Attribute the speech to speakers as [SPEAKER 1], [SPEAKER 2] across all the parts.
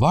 [SPEAKER 1] 瓦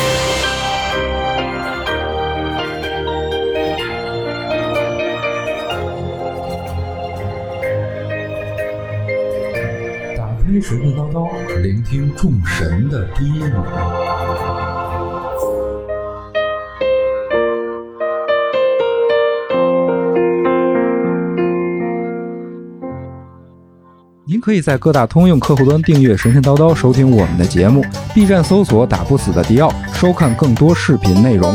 [SPEAKER 1] 打开神神叨叨，聆听众神的低语。
[SPEAKER 2] 哦
[SPEAKER 1] 您可以在各大通用客户端订阅“神神叨叨”，收听我们的节目；B 站搜索“打不死的迪奥”，收看更多视频内容。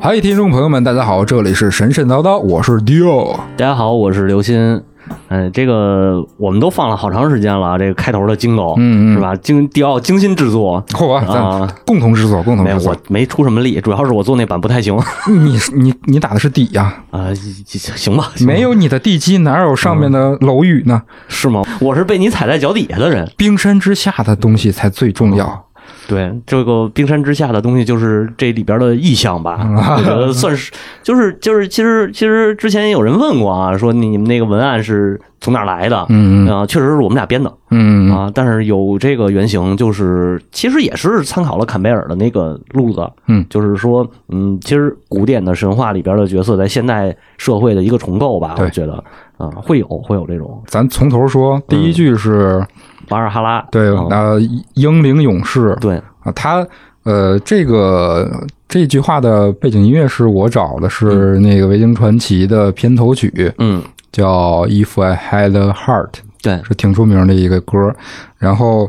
[SPEAKER 1] 嗨，听众朋友们，大家好，这里是神神叨叨，我是迪奥。
[SPEAKER 2] 大家好，我是刘鑫。嗯，这个我们都放了好长时间了，啊这个开头的金狗，
[SPEAKER 1] 嗯嗯嗯
[SPEAKER 2] 是吧？精迪奥精心制作，
[SPEAKER 1] 嚯、咱
[SPEAKER 2] 啊
[SPEAKER 1] 共同制作，共同
[SPEAKER 2] 没有
[SPEAKER 1] 制
[SPEAKER 2] 我
[SPEAKER 1] 作。
[SPEAKER 2] 没出什么力，主要是我做那版不太行啊、
[SPEAKER 1] 你你你打的是底呀、
[SPEAKER 2] 呃行吧，行吧嗯
[SPEAKER 1] 没有你的地基，哪有上面的楼宇呢？
[SPEAKER 2] 是吗？我是被你踩在脚底下的人。
[SPEAKER 1] 冰山之下的东西才最重
[SPEAKER 2] 嗯
[SPEAKER 1] 要。
[SPEAKER 2] 对，这个冰山之下的东西就是这里边的意象吧，
[SPEAKER 1] 嗯
[SPEAKER 2] 我觉得算是就是就是，其实其实之前也有人问过啊，说你们那个文案是从哪儿来的？
[SPEAKER 1] 嗯嗯
[SPEAKER 2] 啊、确实是我们俩编的。
[SPEAKER 1] 嗯
[SPEAKER 2] 啊，但是有这个原型，就是其实也是参考了坎贝尔的那个路子，
[SPEAKER 1] 嗯
[SPEAKER 2] 就是说，嗯，其实古典的神话里边的角色在现代社会的一个重构吧，
[SPEAKER 1] 对
[SPEAKER 2] 我觉得啊，会有会有这种
[SPEAKER 1] 咱从头说，第
[SPEAKER 2] 嗯
[SPEAKER 1] 一句是、
[SPEAKER 2] 瓦尔哈拉，
[SPEAKER 1] 对，
[SPEAKER 2] 嗯
[SPEAKER 1] 呃，英灵勇士，
[SPEAKER 2] 对，
[SPEAKER 1] 啊，他呃，这个这句话的背景音乐是我找的，是那个《维京传奇》的片头曲，
[SPEAKER 2] 嗯，
[SPEAKER 1] 叫《If I Had a Heart》，
[SPEAKER 2] 对，
[SPEAKER 1] 是挺出名的一个歌。然后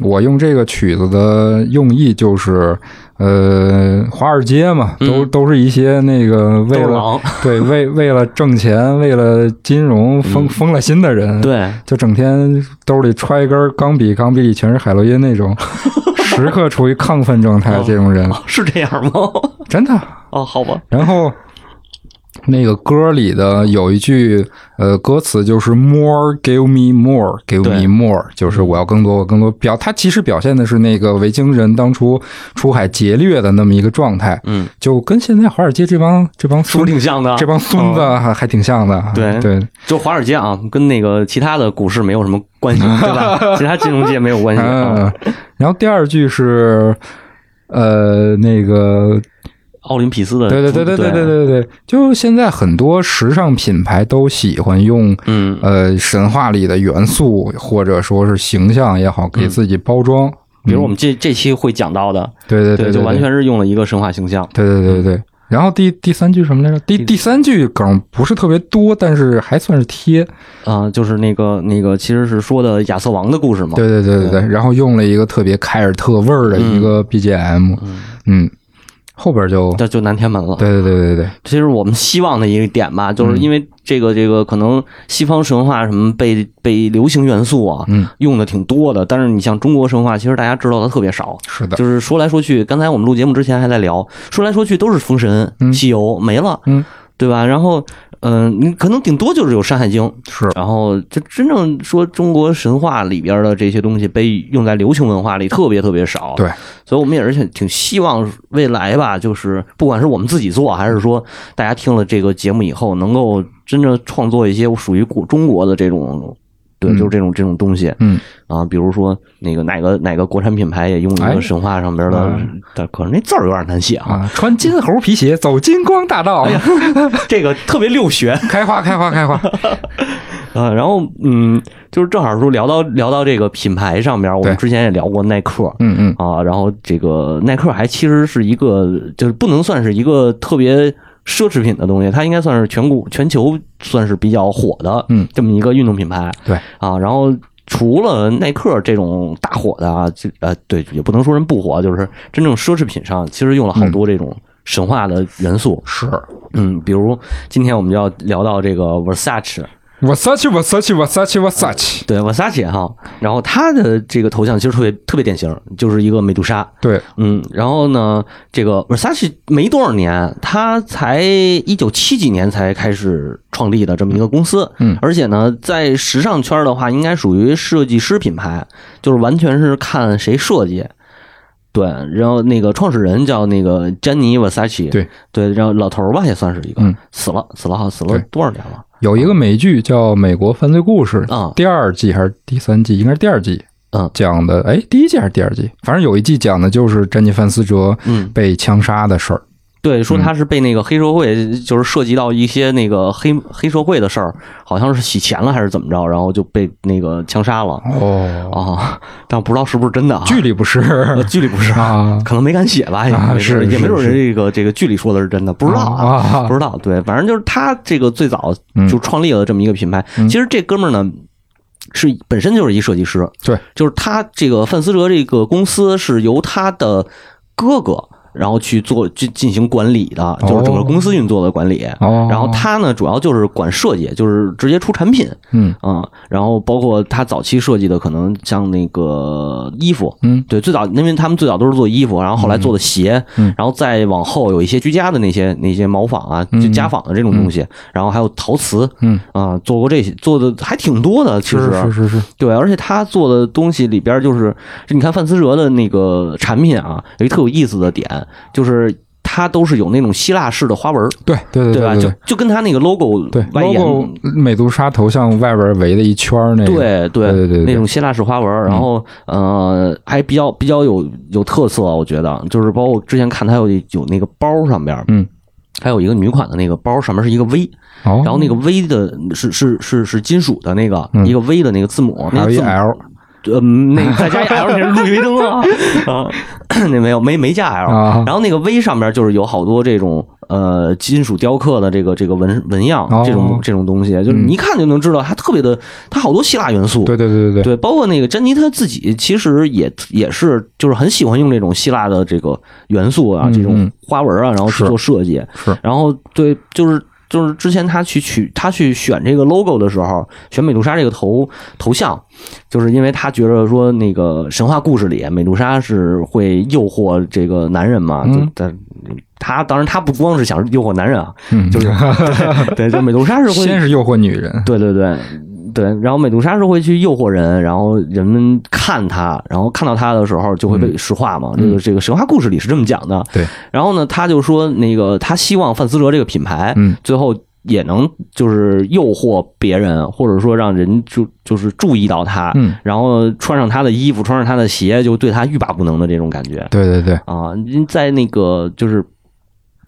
[SPEAKER 1] 我用这个曲子的用意就是，呃，华尔街嘛，都、都是一些那个
[SPEAKER 2] 嗯都
[SPEAKER 1] 为
[SPEAKER 2] 是
[SPEAKER 1] 了
[SPEAKER 2] 狼，
[SPEAKER 1] 对为为了挣钱、为了金融疯、疯了心的人，
[SPEAKER 2] 嗯对，
[SPEAKER 1] 就整天兜里揣一根钢笔，钢笔里全是海洛因那 种，时刻处于亢奋状
[SPEAKER 2] 哦
[SPEAKER 1] 态的这种人，
[SPEAKER 2] 是这样吗？
[SPEAKER 1] 真的。
[SPEAKER 2] 哦，好吧，
[SPEAKER 1] 然后那个歌里的有一句呃歌词就是 “more give me more give
[SPEAKER 2] 对
[SPEAKER 1] me more”，就是我要更多，我更多表。它其实表现的是那个维京人当初出海劫掠的那么一个状态，
[SPEAKER 2] 嗯，
[SPEAKER 1] 就跟现在华尔街这帮这帮
[SPEAKER 2] 说
[SPEAKER 1] 孙
[SPEAKER 2] 挺像的，
[SPEAKER 1] 这帮孙子
[SPEAKER 2] 嗯
[SPEAKER 1] 还、还挺像的。
[SPEAKER 2] 对
[SPEAKER 1] 对，
[SPEAKER 2] 就华尔街啊，跟那个其他的股市没有什么关系，对 吧？其他金融界没 有关系啊
[SPEAKER 1] 嗯。，然后第二句是，呃，那个，
[SPEAKER 2] 奥林匹斯的，啊
[SPEAKER 1] 对对对对对对，对对，对就现在很多时尚品牌都喜欢用
[SPEAKER 2] 嗯，
[SPEAKER 1] 呃神话里的元素或者说是形象也好，给自己包装。嗯
[SPEAKER 2] 比如我们这这期会讲到的，
[SPEAKER 1] 对对对，
[SPEAKER 2] 对，就完全是嗯用了一个神话形象。
[SPEAKER 1] 对对对对对。然后第第三句什么来着？第第三句梗不是特别多，但是还算是贴。
[SPEAKER 2] 啊、就是那个那个，其实是说的亚瑟王的故事嘛。
[SPEAKER 1] 对对对对对。
[SPEAKER 2] 哦
[SPEAKER 1] 然后用了一个特别凯尔特味儿的一个 BGM，
[SPEAKER 2] 嗯，
[SPEAKER 1] 嗯，后边就
[SPEAKER 2] 这就南天门了。，
[SPEAKER 1] 对嗯对对对对
[SPEAKER 2] 这是我们希望的一个点吧，就是因为这个这个可能西方神话什么被被流行元素啊，
[SPEAKER 1] 嗯，
[SPEAKER 2] 用的挺多的，但是你像中国神话，其实大家知道的特别少。
[SPEAKER 1] 是的，
[SPEAKER 2] 就是说来说去，刚才我们录节目之前还在聊，说来说去都是封神、
[SPEAKER 1] 嗯
[SPEAKER 2] 西游没了，
[SPEAKER 1] 嗯，
[SPEAKER 2] 对吧？然后，嗯、你可能顶多就是有《山海经》，
[SPEAKER 1] 是
[SPEAKER 2] 然后就真正说中国神话里边的这些东西被用在流行文化里特别特别少，
[SPEAKER 1] 对，
[SPEAKER 2] 所以我们也是挺挺希望未来吧，就是不管是我们自己做，还是说大家听了这个节目以后，能够真正创作一些属于古中国的这种。对，
[SPEAKER 1] 嗯
[SPEAKER 2] 就是这种这种东西，
[SPEAKER 1] 嗯
[SPEAKER 2] 啊，比如说那个哪个哪个国产品牌也用一
[SPEAKER 1] 哎
[SPEAKER 2] 个神话上边的，
[SPEAKER 1] 嗯
[SPEAKER 2] 但可是那字儿有点难写啊，
[SPEAKER 1] 啊，穿金猴皮鞋走金光大道，啊
[SPEAKER 2] 这个特别溜学。
[SPEAKER 1] 开花开花开花，
[SPEAKER 2] 呃，然后嗯，就是正好说聊到聊到这个品牌上边，我们
[SPEAKER 1] 对
[SPEAKER 2] 之前也聊过耐克
[SPEAKER 1] 嗯嗯，
[SPEAKER 2] 啊，然后这个耐克还其实是一个，就是不能算是一个特别。奢侈品的东西，它应该算是全国、全球算是比较火的，
[SPEAKER 1] 嗯
[SPEAKER 2] 这么一个运动品牌
[SPEAKER 1] 对，
[SPEAKER 2] 啊。然后除了耐克这种大火的啊，这呃，对，也不能说人不火，就是真正奢侈品上，其实用了好
[SPEAKER 1] 嗯
[SPEAKER 2] 多这种神话的元素，
[SPEAKER 1] 是，
[SPEAKER 2] 嗯，比如今天我们就要聊到这个 Versace
[SPEAKER 1] 我撒气，我撒气，我撒气，我撒气。
[SPEAKER 2] 对我撒姐哈，然后她的这个头像其实特别特别典型，就是一个美杜莎，
[SPEAKER 1] 对，
[SPEAKER 2] 嗯，然后呢，这个 Versace 没多少年，他才一九七几年才开始创立的这么一个公司，
[SPEAKER 1] 嗯
[SPEAKER 2] 而且呢，在时尚圈的话，应该属于设计师品牌，就是完全是看谁设计。对，然后那个创始人叫那个詹妮·瓦萨奇，
[SPEAKER 1] 对
[SPEAKER 2] 对，然后老头儿吧也算是一个，
[SPEAKER 1] 嗯
[SPEAKER 2] 死了，死了好死了
[SPEAKER 1] 对
[SPEAKER 2] 多少年了
[SPEAKER 1] 有一个美剧叫《美国犯罪故事》
[SPEAKER 2] 啊
[SPEAKER 1] 第二季还是第三季？应该是第二季。
[SPEAKER 2] 嗯
[SPEAKER 1] 讲的哎，第一季还是第二季？反正有一季讲的就是詹妮·范斯哲
[SPEAKER 2] 嗯，
[SPEAKER 1] 被枪杀的事儿。
[SPEAKER 2] 对，说
[SPEAKER 1] 嗯
[SPEAKER 2] 他是被那个黑社会，就是涉及到一些那个黑黑社会的事儿，好像是洗钱了还是怎么着，然后就被那个枪杀了
[SPEAKER 1] 哦，
[SPEAKER 2] 啊，但不知道是不是真的啊。
[SPEAKER 1] 剧里不是
[SPEAKER 2] 呃剧里不是，
[SPEAKER 1] 啊，
[SPEAKER 2] 可能没敢写吧，也
[SPEAKER 1] 啊
[SPEAKER 2] 没准
[SPEAKER 1] 是
[SPEAKER 2] 也没
[SPEAKER 1] 是
[SPEAKER 2] 准
[SPEAKER 1] 是
[SPEAKER 2] 这个这个剧里说的是真的，不知道啊。
[SPEAKER 1] 啊
[SPEAKER 2] 不知道，对，反正就是他这个最早
[SPEAKER 1] 嗯
[SPEAKER 2] 就创立了这么一个品牌。
[SPEAKER 1] 嗯
[SPEAKER 2] 其实这哥们儿呢，是本身就是一设计师，
[SPEAKER 1] 对，
[SPEAKER 2] 就是他这个范思哲这个公司是由他的哥哥，然后去做去进行管理的，就是整个公司运作的管理。
[SPEAKER 1] 哦，
[SPEAKER 2] 然后他呢，主要就是管设计，就是直接出产品
[SPEAKER 1] 嗯
[SPEAKER 2] 啊、然后包括他早期设计的，可能像那个衣服，
[SPEAKER 1] 嗯
[SPEAKER 2] 对，最早因为他们最早都是做衣服，然后后来做的鞋，
[SPEAKER 1] 嗯
[SPEAKER 2] 然后再往后有一些居家的那些那些毛纺啊，
[SPEAKER 1] 嗯
[SPEAKER 2] 就家纺的这种东西，然后还有陶瓷
[SPEAKER 1] 嗯，
[SPEAKER 2] 啊、做过这些，做的还挺多的，其实
[SPEAKER 1] 是啊是是是，
[SPEAKER 2] 对，而且他做的东西里边就是，就你看范思哲的那个产品啊，有一特有意思的点，就是它都是有那种希腊式的花纹儿，
[SPEAKER 1] 对对对
[SPEAKER 2] 吧？
[SPEAKER 1] 对对
[SPEAKER 2] 就就跟他那个 logo
[SPEAKER 1] 对
[SPEAKER 2] 外延。
[SPEAKER 1] ，logo 美杜莎头像外边围了一圈儿那个，
[SPEAKER 2] 对
[SPEAKER 1] 对
[SPEAKER 2] 对
[SPEAKER 1] 对对对嗯
[SPEAKER 2] 那种希腊式花纹儿，然后呃，还比较比较有有特色，啊我觉得就是包括我之前看它有有那个包上边，
[SPEAKER 1] 嗯，
[SPEAKER 2] 还有一个女款的那个包上面是一个 V，
[SPEAKER 1] 哦，
[SPEAKER 2] 然后那个 V 的是是是是金属的那个
[SPEAKER 1] 嗯
[SPEAKER 2] 一个 V 的那个字母，
[SPEAKER 1] 还
[SPEAKER 2] 那
[SPEAKER 1] 有
[SPEAKER 2] 个
[SPEAKER 1] 一
[SPEAKER 2] 字母
[SPEAKER 1] L，
[SPEAKER 2] 呃那个再加一 L 那是路易威登 啊，啊， 那没有没没加 L，
[SPEAKER 1] 啊
[SPEAKER 2] 然后那个 V 上面就是有好多这种呃金属雕刻的这个这个纹纹样
[SPEAKER 1] 哦，
[SPEAKER 2] 这种这种东西，就是你一看就能知道它特别的，它好多希腊元素。
[SPEAKER 1] 对对对对对，
[SPEAKER 2] 对，包括那个珍妮她自己其实也也是就是很喜欢用这种希腊的这个元素啊，
[SPEAKER 1] 嗯
[SPEAKER 2] 这种
[SPEAKER 1] 嗯
[SPEAKER 2] 花纹啊，然后去
[SPEAKER 1] 是
[SPEAKER 2] 做设计。
[SPEAKER 1] 是
[SPEAKER 2] 然后对，就是就是之前他去取他去选这个 logo 的时候，选美杜莎这个头头像，就是因为他觉得说那个神话故事里美杜莎是会诱惑这个男人嘛，就
[SPEAKER 1] 嗯
[SPEAKER 2] 他他当然他不光是想诱惑男人啊，
[SPEAKER 1] 嗯，
[SPEAKER 2] 就是啊对，就美杜莎是会
[SPEAKER 1] 先是诱惑女人，
[SPEAKER 2] 对对对对，然后美杜莎是会去诱惑人，然后人们看她，然后看到她的时候就会被石化嘛，这个这个神话故事里是这么讲的。
[SPEAKER 1] 嗯对，
[SPEAKER 2] 然后呢，他就说那个他希望范思哲这个品牌，
[SPEAKER 1] 嗯
[SPEAKER 2] 最后也能就是诱惑别人，或者说让人就就是注意到他，
[SPEAKER 1] 嗯，
[SPEAKER 2] 然后穿上他的衣服，穿上他的鞋，就对他欲罢不能的这种感觉。
[SPEAKER 1] 对对对，
[SPEAKER 2] 啊，因在那个就是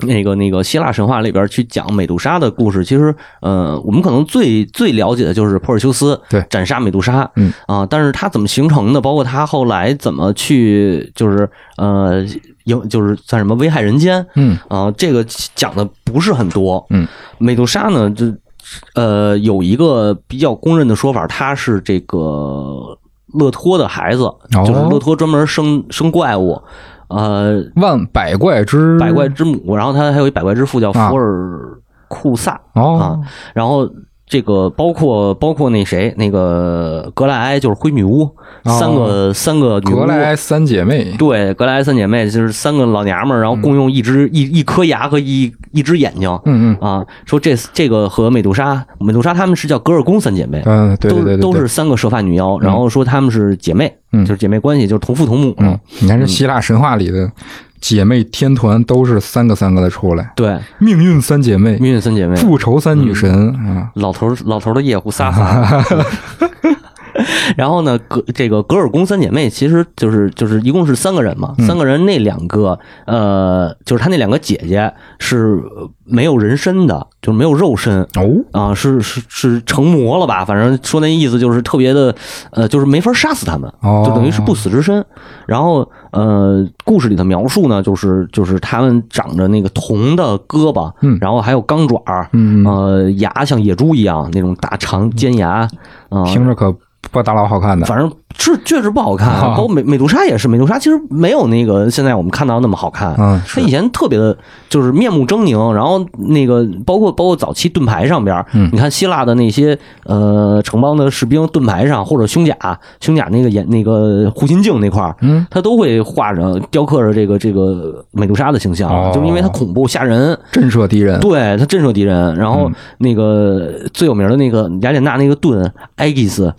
[SPEAKER 2] 那个那个希腊神话里边去讲美杜莎的故事，其实呃，我们可能最最了解的就是珀尔修斯
[SPEAKER 1] 对
[SPEAKER 2] 斩杀美杜莎，
[SPEAKER 1] 嗯
[SPEAKER 2] 啊，但是他怎么形成的，包括他后来怎么去就是呃影就是算什么危害人间
[SPEAKER 1] 嗯
[SPEAKER 2] 啊，这个讲的不是很多，
[SPEAKER 1] 嗯，
[SPEAKER 2] 美杜莎呢就。呃，有一个比较公认的说法，她是这个勒托的孩子，
[SPEAKER 1] 哦
[SPEAKER 2] 就是勒托专门生生怪物，呃，
[SPEAKER 1] 万百怪之
[SPEAKER 2] 百怪之母，然后他还有一百怪之父叫
[SPEAKER 1] 啊
[SPEAKER 2] 福尔库萨，啊
[SPEAKER 1] 哦，
[SPEAKER 2] 然后这个包括包括那谁那个格莱埃就是灰女巫，
[SPEAKER 1] 哦
[SPEAKER 2] 三个三个女巫
[SPEAKER 1] 格莱埃三姐妹，
[SPEAKER 2] 对格莱埃三姐妹就是三个老娘们儿，然后共用一只、一一颗牙和一一只眼睛
[SPEAKER 1] 嗯嗯
[SPEAKER 2] 啊，说这这个和美杜莎美杜莎她们是叫格尔宫三姐妹。
[SPEAKER 1] 嗯，对
[SPEAKER 2] 都
[SPEAKER 1] 对对对，
[SPEAKER 2] 都是三个蛇发女妖，然后说她们是姐妹，
[SPEAKER 1] 嗯
[SPEAKER 2] 就是姐妹关系，就是同父同母。
[SPEAKER 1] 嗯，你看这希腊神话里的姐妹天团都是三个三个的出来，
[SPEAKER 2] 对，
[SPEAKER 1] 命运三姐妹，
[SPEAKER 2] 嗯命运三姐妹，嗯
[SPEAKER 1] 复仇三女神啊，
[SPEAKER 2] 老头儿老头儿的夜壶撒撒。 然后呢，格这个格尔宫三姐妹其实就是就是一共是三个人嘛，三个人那两个呃，就是她那两个姐姐是没有人身的，就是没有肉身。
[SPEAKER 1] 哦，
[SPEAKER 2] 啊，是是是成魔了吧？反正说那意思就是特别的，呃，就是没法杀死他们，
[SPEAKER 1] 哦
[SPEAKER 2] 就等于是不死之身。然后呃，故事里的描述呢，就是就是他们长着那个铜的胳膊，
[SPEAKER 1] 嗯
[SPEAKER 2] 然后还有钢爪，
[SPEAKER 1] 嗯嗯
[SPEAKER 2] 呃，牙像野猪一样那种大长尖牙，啊、
[SPEAKER 1] 听着可不大老好看的。
[SPEAKER 2] 反正是确实不好看、
[SPEAKER 1] 啊
[SPEAKER 2] 包括美美杜莎也是，美杜莎其实没有那个现在我们看到的那么好看。
[SPEAKER 1] 嗯
[SPEAKER 2] 她以前特别的，就是面目狰狞，然后那个包括包括早期盾牌上边儿，
[SPEAKER 1] 嗯
[SPEAKER 2] 你看希腊的那些呃城邦的士兵盾牌上或者胸甲胸甲那个眼那个护心镜那块儿，
[SPEAKER 1] 嗯，
[SPEAKER 2] 他都会画着雕刻着这个这个美杜莎的形象，
[SPEAKER 1] 哦
[SPEAKER 2] 就是因为它恐怖吓人。
[SPEAKER 1] 震慑敌人。
[SPEAKER 2] 对他震慑敌人，然
[SPEAKER 1] 嗯
[SPEAKER 2] 后那个最有名的那个雅典娜那个盾埃吉斯，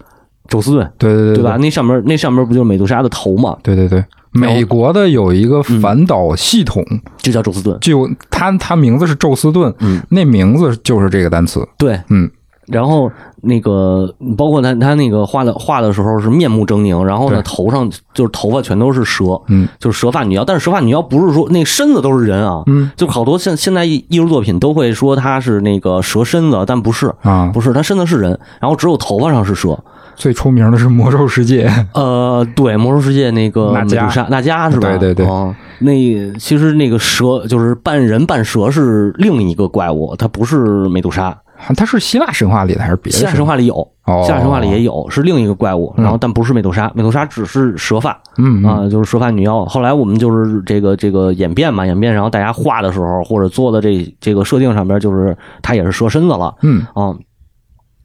[SPEAKER 2] 宙斯盾，
[SPEAKER 1] 对对对
[SPEAKER 2] 对吧？？那上面那上面不就是美杜莎的头吗？
[SPEAKER 1] 对对对，美国的有一个
[SPEAKER 2] 嗯
[SPEAKER 1] 反导系统，
[SPEAKER 2] 就叫宙斯盾。
[SPEAKER 1] 就它它名字是宙斯盾，
[SPEAKER 2] 嗯
[SPEAKER 1] 那名字就是这个单词。
[SPEAKER 2] 对，
[SPEAKER 1] 嗯，
[SPEAKER 2] 然后那个包括他他那个画的画的时候是面目狰狞，然后呢
[SPEAKER 1] 对
[SPEAKER 2] 头上就是头发全都是蛇，
[SPEAKER 1] 嗯，
[SPEAKER 2] 就是蛇发女妖。但是蛇发女妖不是说那身子都是人啊，
[SPEAKER 1] 嗯，
[SPEAKER 2] 就好多现现在艺艺术作品都会说她是那个蛇身子，但不是。
[SPEAKER 1] 啊，
[SPEAKER 2] 不是，她身子是人，然后只有头发上是蛇。
[SPEAKER 1] 最出名的是《魔兽世界》
[SPEAKER 2] 呃，对，魔兽世界那个
[SPEAKER 1] 娜
[SPEAKER 2] 美
[SPEAKER 1] 迦
[SPEAKER 2] 杜莎，娜迦是吧？
[SPEAKER 1] 对对对
[SPEAKER 2] 哦那其实那个蛇就是半人半蛇是另一个怪物，它不是美杜莎。
[SPEAKER 1] 它是希腊神话里的还是别的？
[SPEAKER 2] 希腊神话里有，
[SPEAKER 1] 哦，嗯
[SPEAKER 2] 希腊神话里也有，是另一个怪物，然后但不是美杜莎，美杜莎只是蛇发
[SPEAKER 1] 嗯，嗯
[SPEAKER 2] 啊、就是蛇发女妖。后来我们就是这个这个演变嘛，演变，然后大家画的时候或者做的这这个设定上边，就是它也是蛇身子了，
[SPEAKER 1] 嗯
[SPEAKER 2] 嗯。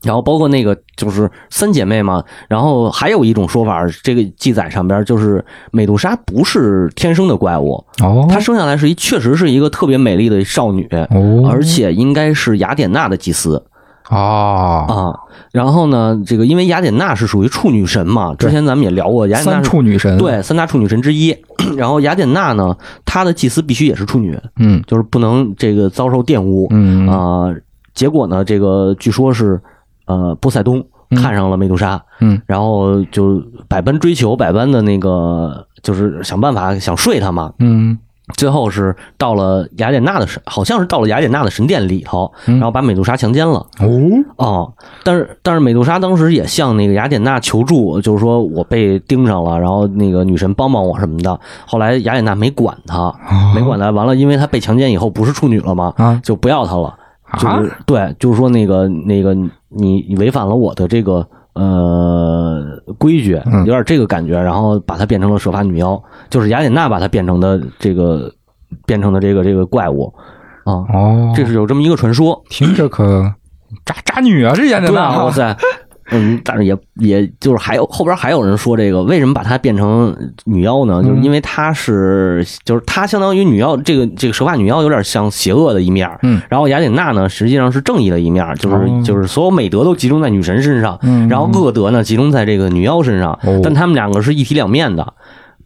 [SPEAKER 2] 然后包括那个就是三姐妹嘛，然后还有一种说法，这个记载上边就是美杜莎不是天生的怪物，
[SPEAKER 1] 哦，
[SPEAKER 2] 她生下来是一确实是一个特别美丽的少女，
[SPEAKER 1] 哦，
[SPEAKER 2] 而且应该是雅典娜的祭司，
[SPEAKER 1] 啊，
[SPEAKER 2] 啊，然后呢，这个因为雅典娜是属于处女神嘛，之
[SPEAKER 1] 对
[SPEAKER 2] 前咱们也聊过，雅典娜
[SPEAKER 1] 三
[SPEAKER 2] 是
[SPEAKER 1] 处女神，，
[SPEAKER 2] 对三大处女神之一。 然后雅典娜呢，她的祭司必须也是处女，
[SPEAKER 1] 嗯
[SPEAKER 2] 就是不能这个遭受玷污
[SPEAKER 1] 嗯
[SPEAKER 2] 啊、结果呢，这个据说是呃波塞冬看上了美杜莎，
[SPEAKER 1] 嗯
[SPEAKER 2] 然后就百般追求，百般的那个就是想办法想睡她嘛，
[SPEAKER 1] 嗯
[SPEAKER 2] 最后是到了雅典娜的神，好像是到了雅典娜的神殿里头，
[SPEAKER 1] 嗯
[SPEAKER 2] 然后把美杜莎强奸了。
[SPEAKER 1] 哦，
[SPEAKER 2] 哦，但是但是美杜莎当时也向那个雅典娜求助，就是说我被盯上了，然后那个女神帮帮我什么的。后来雅典娜没管
[SPEAKER 1] 哦
[SPEAKER 2] 她，没管她，完了，因为她被强奸以后不是处女了嘛，
[SPEAKER 1] 啊
[SPEAKER 2] 就不要她了，就是、
[SPEAKER 1] 啊
[SPEAKER 2] 对，就是说那个那个你你违反了我的这个。呃，规矩
[SPEAKER 1] 嗯
[SPEAKER 2] 有点这个感觉，然后把她变成了蛇发女妖，就是雅典娜把她变成的这个，变成的这个这个怪物啊，
[SPEAKER 1] 哦，
[SPEAKER 2] 这是有这么一个传说。
[SPEAKER 1] 听着可渣渣女啊，这演的
[SPEAKER 2] 对啊，哇塞，嗯，但是也也就是还有后边还有人说这个为什么把她变成女妖呢？
[SPEAKER 1] 嗯
[SPEAKER 2] 就是因为她是就是她相当于女妖这个这个蛇发女妖有点像邪恶的一面，
[SPEAKER 1] 嗯，
[SPEAKER 2] 然后雅典娜呢实际上是正义的一面，就是、
[SPEAKER 1] 哦
[SPEAKER 2] 就是所有美德都集中在女神身上，
[SPEAKER 1] 嗯
[SPEAKER 2] 然后恶德呢集中在这个女妖身上，
[SPEAKER 1] 哦
[SPEAKER 2] 但他们两个是一体两面的。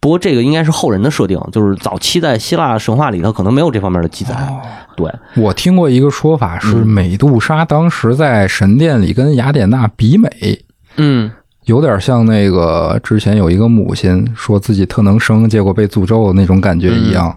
[SPEAKER 2] 不过这个应该是后人的设定，就是早期在希腊神话里头可能没有这方面的记载。
[SPEAKER 1] 哦
[SPEAKER 2] 对，
[SPEAKER 1] 我听过一个说法是，美杜莎当时在神殿里跟雅典娜比美，
[SPEAKER 2] 嗯，
[SPEAKER 1] 有点像那个之前有一个母亲说自己特能生，结果被诅咒的那种感觉一样。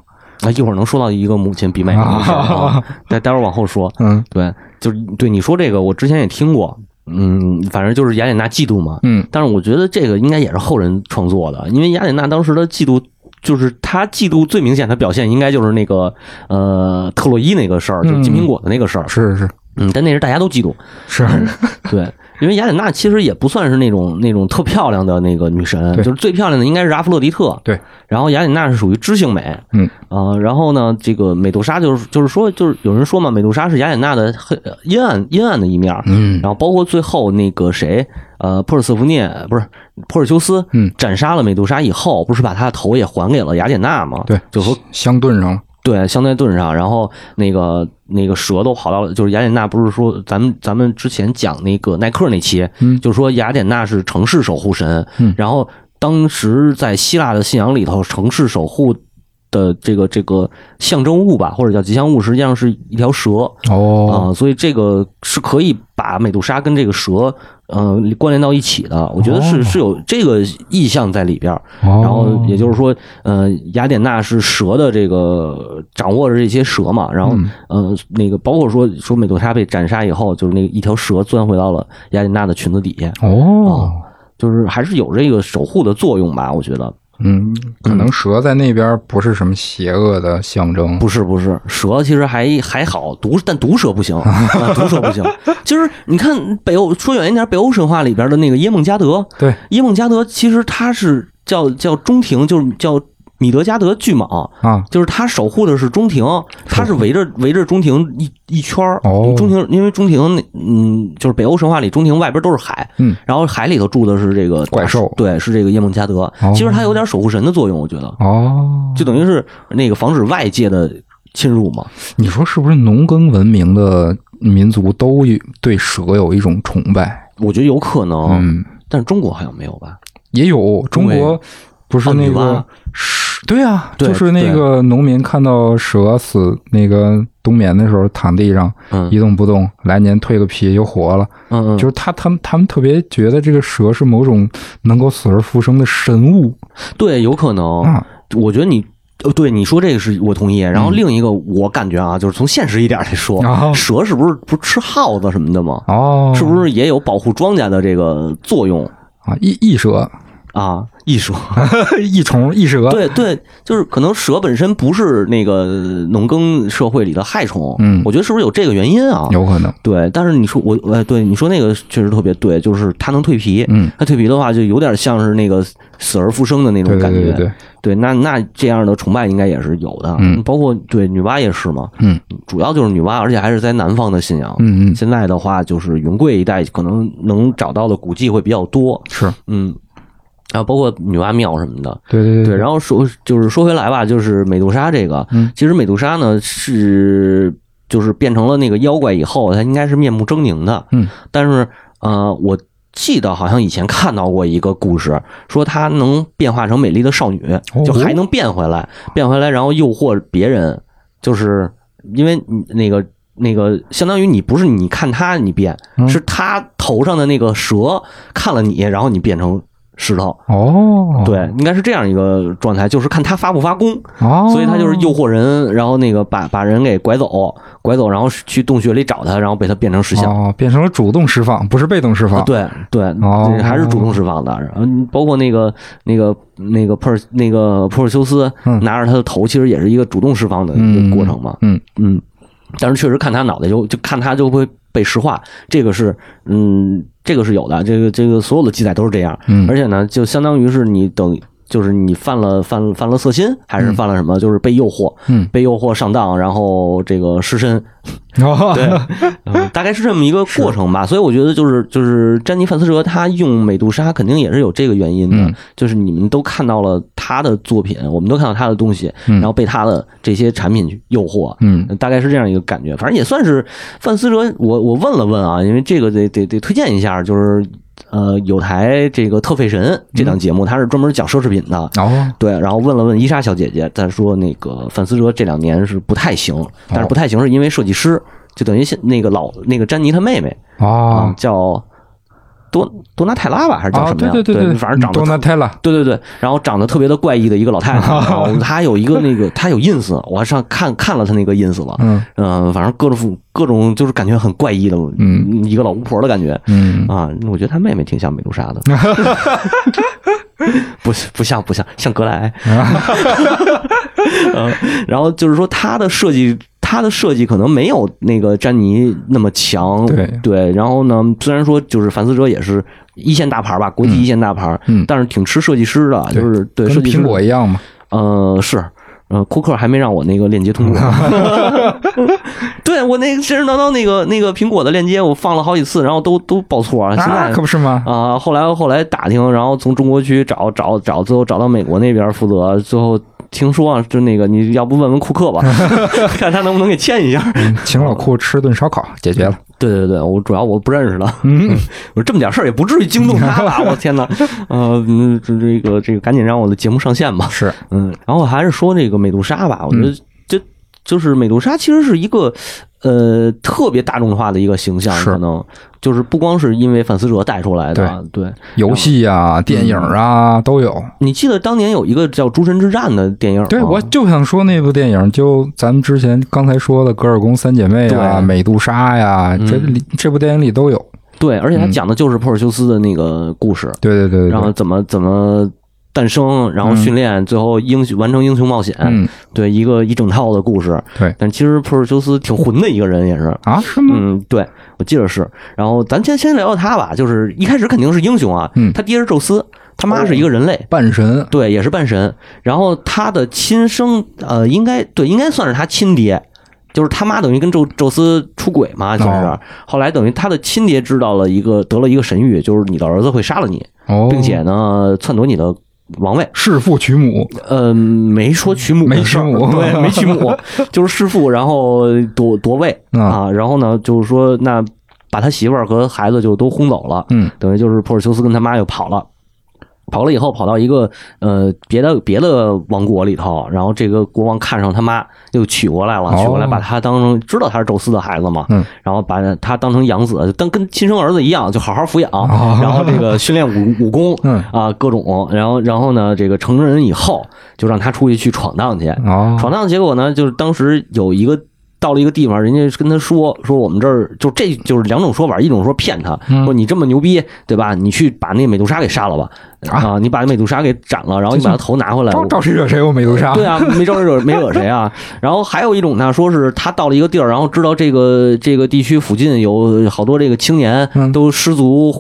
[SPEAKER 2] 啊，一会儿能说到一个母亲比美的故事啊，待待会儿往后说。
[SPEAKER 1] 嗯
[SPEAKER 2] 对，就是对你说这个，我之前也听过，嗯，反正就是雅典娜嫉妒嘛。
[SPEAKER 1] 嗯
[SPEAKER 2] 但是我觉得这个应该也是后人创作的，因为雅典娜当时的嫉妒，就是她嫉妒最明显的表现，应该就是那个呃特洛伊那个事儿，就是金苹果的那个事儿。
[SPEAKER 1] 是是
[SPEAKER 2] 嗯，但那是大家都嫉妒，
[SPEAKER 1] 是，
[SPEAKER 2] 对，因为雅典娜其实也不算是那种那种特漂亮的那个女神，
[SPEAKER 1] 对
[SPEAKER 2] 就是最漂亮的应该是阿弗洛狄特。
[SPEAKER 1] 对，
[SPEAKER 2] 然后雅典娜是属于知性美，
[SPEAKER 1] 嗯
[SPEAKER 2] 啊、然后呢，这个美杜莎就是就是说就是有人说嘛，美杜莎是雅典娜的黑呃阴暗阴暗的一面儿，
[SPEAKER 1] 嗯
[SPEAKER 2] 然后包括最后那个谁，呃，珀尔瑟福涅不是珀尔修斯，
[SPEAKER 1] 嗯，
[SPEAKER 2] 斩杀了美杜莎以后，不是把她的头也还给了雅典娜吗？
[SPEAKER 1] 对，
[SPEAKER 2] 就说
[SPEAKER 1] 相对上了。
[SPEAKER 2] 对，相对盾上，然后那个那个蛇都跑到了，就是雅典娜不是说咱们咱们之前讲那个耐克那期，
[SPEAKER 1] 嗯
[SPEAKER 2] 就是说雅典娜是城市守护神，
[SPEAKER 1] 嗯
[SPEAKER 2] 然后当时在希腊的信仰里头，城市守护的这个这个象征物吧，或者叫吉祥物，实际上是一条蛇啊、
[SPEAKER 1] 哦，
[SPEAKER 2] 所以这个是可以把美杜莎跟这个蛇嗯、呃关联到一起的，我觉得是、
[SPEAKER 1] 哦
[SPEAKER 2] 是有这个意象在里边儿，
[SPEAKER 1] 然
[SPEAKER 2] 然后也就是说，呃，雅典娜是蛇的这个掌握着这些蛇嘛，然后、呃，那个包括说说美杜莎被斩杀以后，就是那个一条蛇钻回到了雅典娜的裙子底下，
[SPEAKER 1] 哦，
[SPEAKER 2] 就是还是有这个守护的作用吧，我觉得。
[SPEAKER 1] 嗯，可能蛇在那边不是什么邪恶的象征，
[SPEAKER 2] 不是不是，嗯蛇其实还还好，毒但毒蛇不行，啊毒蛇不行。就是你看北欧，说远一点，北欧神话里边的那个耶梦加德，
[SPEAKER 1] 对，
[SPEAKER 2] 耶梦加德其实他是叫叫中庭，就是叫米德加德巨蟒。
[SPEAKER 1] 啊，
[SPEAKER 2] 就是他守护的是中庭，他是围着围着中庭一一圈儿。
[SPEAKER 1] 哦
[SPEAKER 2] 中庭因为中庭那嗯，就是北欧神话里中庭外边都是海，
[SPEAKER 1] 嗯，
[SPEAKER 2] 然后海里头住的是这个
[SPEAKER 1] 怪兽
[SPEAKER 2] 对，是这个耶梦加德。其实它有点守护神的作用，我觉得
[SPEAKER 1] 哦，
[SPEAKER 2] 就等于是那个防止外界的侵入嘛。
[SPEAKER 1] 你说是不是农耕文明的民族都有对蛇有一种崇拜？
[SPEAKER 2] 我觉得有可能，
[SPEAKER 1] 嗯，
[SPEAKER 2] 但是中国好像没有吧？
[SPEAKER 1] 也有中国不是那
[SPEAKER 2] 啊女娲
[SPEAKER 1] 个蛇，对啊，
[SPEAKER 2] 对
[SPEAKER 1] 就是那个农民看到蛇死那个冬眠的时候躺地上
[SPEAKER 2] 嗯
[SPEAKER 1] 一动不动，来年蜕个皮又活了，
[SPEAKER 2] 嗯嗯，
[SPEAKER 1] 就是他他们他们特别觉得这个蛇是某种能够死而复生的神物
[SPEAKER 2] 对，有可能。
[SPEAKER 1] 啊，
[SPEAKER 2] 我觉得你。呃，对你说这个是我同
[SPEAKER 1] 嗯
[SPEAKER 2] 意，然后另一个我感觉啊，就是从现实一点来说，
[SPEAKER 1] 哦
[SPEAKER 2] 蛇是不是不是吃耗子什么的吗？
[SPEAKER 1] 哦，
[SPEAKER 2] 是不是也有保护庄稼的这个作用
[SPEAKER 1] 啊？一一 蛇，
[SPEAKER 2] 啊？艺术，
[SPEAKER 1] 一虫一蛇，
[SPEAKER 2] 对对，就是可能蛇本身不是那个农耕社会里的害虫，
[SPEAKER 1] 嗯
[SPEAKER 2] 我觉得是不是有这个原因啊？
[SPEAKER 1] 有可能，
[SPEAKER 2] 对，但是你说我，呃，对你说那个确实特别对，就是它能蜕皮，
[SPEAKER 1] 嗯，
[SPEAKER 2] 它蜕皮的话就有点像是那个死而复生的那
[SPEAKER 1] 对
[SPEAKER 2] 种
[SPEAKER 1] 对
[SPEAKER 2] 感觉，
[SPEAKER 1] 对对对，
[SPEAKER 2] 对那那这样的崇拜应该也是有的，
[SPEAKER 1] 嗯
[SPEAKER 2] 包括对女娲也是嘛，
[SPEAKER 1] 嗯
[SPEAKER 2] 主要就是女娲，而且还是在南方的信仰，
[SPEAKER 1] 嗯嗯，
[SPEAKER 2] 现在的话，就是云贵一带可能能找到的古迹会比较多，
[SPEAKER 1] 是
[SPEAKER 2] 嗯，啊，包括女娲庙什么的。
[SPEAKER 1] 对对
[SPEAKER 2] 对，然后说就是说回来吧，就是美杜莎这个，
[SPEAKER 1] 嗯
[SPEAKER 2] 其实美杜莎呢是就是变成了那个妖怪以后，她应该是面目狰狞的，
[SPEAKER 1] 嗯，
[SPEAKER 2] 但是呃，我记得好像以前看到过一个故事，说她能变化成美丽的少女，
[SPEAKER 1] 哦
[SPEAKER 2] 就还能变回来，变回来然后诱惑别人，就是因为你那个那个相当于你不是你看她你变，
[SPEAKER 1] 嗯
[SPEAKER 2] 是她头上的那个蛇看了你，然后你变成石头。
[SPEAKER 1] 哦，
[SPEAKER 2] 对，应该是这样一个状态，就是看他发不发功，
[SPEAKER 1] 哦，
[SPEAKER 2] 所以他就是诱惑人，然后那个把把人给拐走，拐走，然后去洞穴里找他，然后被他变成石像。
[SPEAKER 1] 哦，变成了主动释放，不是被动释放。，
[SPEAKER 2] 啊对对，
[SPEAKER 1] 哦
[SPEAKER 2] 这还是主动释放的。嗯，包括那个那个那个珀尔那个珀尔修斯
[SPEAKER 1] 嗯
[SPEAKER 2] 拿着他的头，其实也是一个主动释放的一
[SPEAKER 1] 嗯，
[SPEAKER 2] 个过程嘛。
[SPEAKER 1] 嗯，
[SPEAKER 2] 嗯，但是确实看他脑袋就就看他就会被石化，这个是嗯，这个是有的，这个这个所有的记载都是这样。
[SPEAKER 1] 嗯
[SPEAKER 2] 而且呢，就相当于是你等，就是你犯了犯犯了色心，还是犯了什么，就是被诱惑，
[SPEAKER 1] 嗯
[SPEAKER 2] 被诱惑上当，然后这个失身，
[SPEAKER 1] 哦，
[SPEAKER 2] 对， 嗯大概是这么一个过程吧。所以我觉得就是就是詹妮范斯哲他用美杜莎肯定也是有这个原因的，
[SPEAKER 1] 嗯
[SPEAKER 2] 就是你们都看到了他的作品，我们都看到他的东西，
[SPEAKER 1] 嗯
[SPEAKER 2] 然后被他的这些产品去诱惑，
[SPEAKER 1] 嗯
[SPEAKER 2] 大概是这样一个感觉。反正也算是范思哲，我我问了问啊，因为这个得得得推荐一下，就是呃有台这个特费神这
[SPEAKER 1] 嗯
[SPEAKER 2] 档节目，它是专门讲奢侈品的。
[SPEAKER 1] 哦，
[SPEAKER 2] 对，然后问了问伊莎小姐姐，她说那个范思哲这两年是不太行，但是不太行是因为设计师，就等于现那个老那个詹妮她妹妹啊、
[SPEAKER 1] 哦，
[SPEAKER 2] 叫多多纳泰拉吧，还是叫
[SPEAKER 1] 啊，
[SPEAKER 2] 什么
[SPEAKER 1] 对
[SPEAKER 2] 呀？
[SPEAKER 1] 对
[SPEAKER 2] 对
[SPEAKER 1] 对，嗯
[SPEAKER 2] 反正长得
[SPEAKER 1] 多纳泰拉，
[SPEAKER 2] 对对对，然后长得特别的怪异的一个老太 太，然后她有一个那个她有 ins，我还上看看了她那个 ins 了，
[SPEAKER 1] 嗯
[SPEAKER 2] 嗯、反正各种各种就是感觉很怪异的，
[SPEAKER 1] 嗯，
[SPEAKER 2] 一个老巫婆的感觉。
[SPEAKER 1] 嗯，
[SPEAKER 2] 啊，我觉得她妹妹挺像美 杜莎的，不是不像不像像格莱， 嗯，然后就是说她的设计，她的设计可能没有那个詹妮那么强，
[SPEAKER 1] 对
[SPEAKER 2] 然后呢，虽然说就是凡思哲也是一线大牌吧，国际一线大牌，
[SPEAKER 1] 嗯
[SPEAKER 2] 但是挺吃设计师的，
[SPEAKER 1] 对
[SPEAKER 2] 就是对
[SPEAKER 1] 跟
[SPEAKER 2] 设计师
[SPEAKER 1] 苹果一样嘛。
[SPEAKER 2] 呃，是，呃，库克还没让我那个链接 通过。 对我那个神神叨叨那个那个苹果的链接，我放了好几次，然后都都报错了。现在
[SPEAKER 1] 啊，可不是吗？
[SPEAKER 2] 啊、后来后来打听，然后从中国区找找找，最后找到美国那边负责，最后。听说啊，就那个，你要不问问库克 吧， 看他能不能给签一下。
[SPEAKER 1] 请
[SPEAKER 2] 啊
[SPEAKER 1] 老库吃顿烧烤解决了。
[SPEAKER 2] 对对对，我主要我不认识他，嗯， 我说这么点事儿也不至于惊动他吧？ 我天哪，呃，嗯这这个这个，赶紧让我的节目上线吧。
[SPEAKER 1] 是，
[SPEAKER 2] 嗯，然后还是说这个美杜莎吧，我觉
[SPEAKER 1] 嗯
[SPEAKER 2] 得这就是美杜莎其实是一个呃特别大众化的一个形象，
[SPEAKER 1] 是
[SPEAKER 2] 可能就是不光是因为范思哲带出来的。对，
[SPEAKER 1] 游戏啊、
[SPEAKER 2] 嗯
[SPEAKER 1] 电影啊都有。
[SPEAKER 2] 你记得当年有一个叫《诸神之战》的电影吗？
[SPEAKER 1] 对，我就想说那部电影，就咱们之前刚才说的《格尔宫三姐妹》啊、
[SPEAKER 2] 对嗯
[SPEAKER 1] 美杜莎呀，这里这部电影里都有。
[SPEAKER 2] 对，而且它讲的就是珀尔修斯的那个故事，
[SPEAKER 1] 嗯对对对对嗯
[SPEAKER 2] 然后
[SPEAKER 1] 对，
[SPEAKER 2] 怎么怎么。诞生，然后训练，最后英雄完成英雄冒险，
[SPEAKER 1] 嗯，
[SPEAKER 2] 对一个一整套的故事。
[SPEAKER 1] 对
[SPEAKER 2] 但其实普尔修斯挺混的一个人，也是。
[SPEAKER 1] 啊，是吗？
[SPEAKER 2] 嗯，对，我记得是。然后咱先先聊聊他吧，就是一开始肯定是英雄啊，
[SPEAKER 1] 嗯哦
[SPEAKER 2] 他爹是宙斯，他妈是一个人类，
[SPEAKER 1] 半神，
[SPEAKER 2] 对，也是半神。然后他的亲生，呃，应该对，应该算是他亲爹，就是他妈等于跟宙宙斯出轨嘛，就是、
[SPEAKER 1] 哦
[SPEAKER 2] 后来等于他的亲爹知道了一个得了一个神谕，就是你的儿子会杀了你，
[SPEAKER 1] 哦，
[SPEAKER 2] 并且呢篡夺你的王位。
[SPEAKER 1] 弑父娶母，
[SPEAKER 2] 呃，没说娶母的
[SPEAKER 1] 没娶
[SPEAKER 2] 事儿，
[SPEAKER 1] 母
[SPEAKER 2] 对，没娶母，就是弑父，然后夺夺位
[SPEAKER 1] 嗯
[SPEAKER 2] 啊，然后呢，就是说那把他媳妇儿和孩子就都轰走了，
[SPEAKER 1] 嗯
[SPEAKER 2] 等于就是珀尔修斯跟他妈又跑了。跑了以后，跑到一个呃别的别的王国里头，然后这个国王看上他妈，又娶过来了，
[SPEAKER 1] 哦
[SPEAKER 2] 娶过来把他当成知道他是宙斯的孩子嘛，
[SPEAKER 1] 嗯
[SPEAKER 2] 然后把他当成养子，当跟亲生儿子一样，就好好抚养，然后这个训练武武功，
[SPEAKER 1] 哦 嗯
[SPEAKER 2] 啊各种，然后然后呢，这个成人以后就让他出去去闯荡去，
[SPEAKER 1] 哦，
[SPEAKER 2] 闯荡结果呢，就是当时有一个到了一个地方，人家跟他说说我们这儿就这就是两种说法，一种说骗他，说你这么牛逼，对吧？你去把那美杜莎给杀了吧，
[SPEAKER 1] 啊
[SPEAKER 2] 啊，你把美杜莎给斩了，然后你把他头拿回来。
[SPEAKER 1] 招
[SPEAKER 2] 我
[SPEAKER 1] 招谁惹谁我美杜莎，
[SPEAKER 2] 对啊，没招谁惹没惹谁啊。然后还有一种呢，说是他到了一个地儿，然后知道这个这个地区附近有好多这个青年
[SPEAKER 1] 嗯
[SPEAKER 2] 都失足。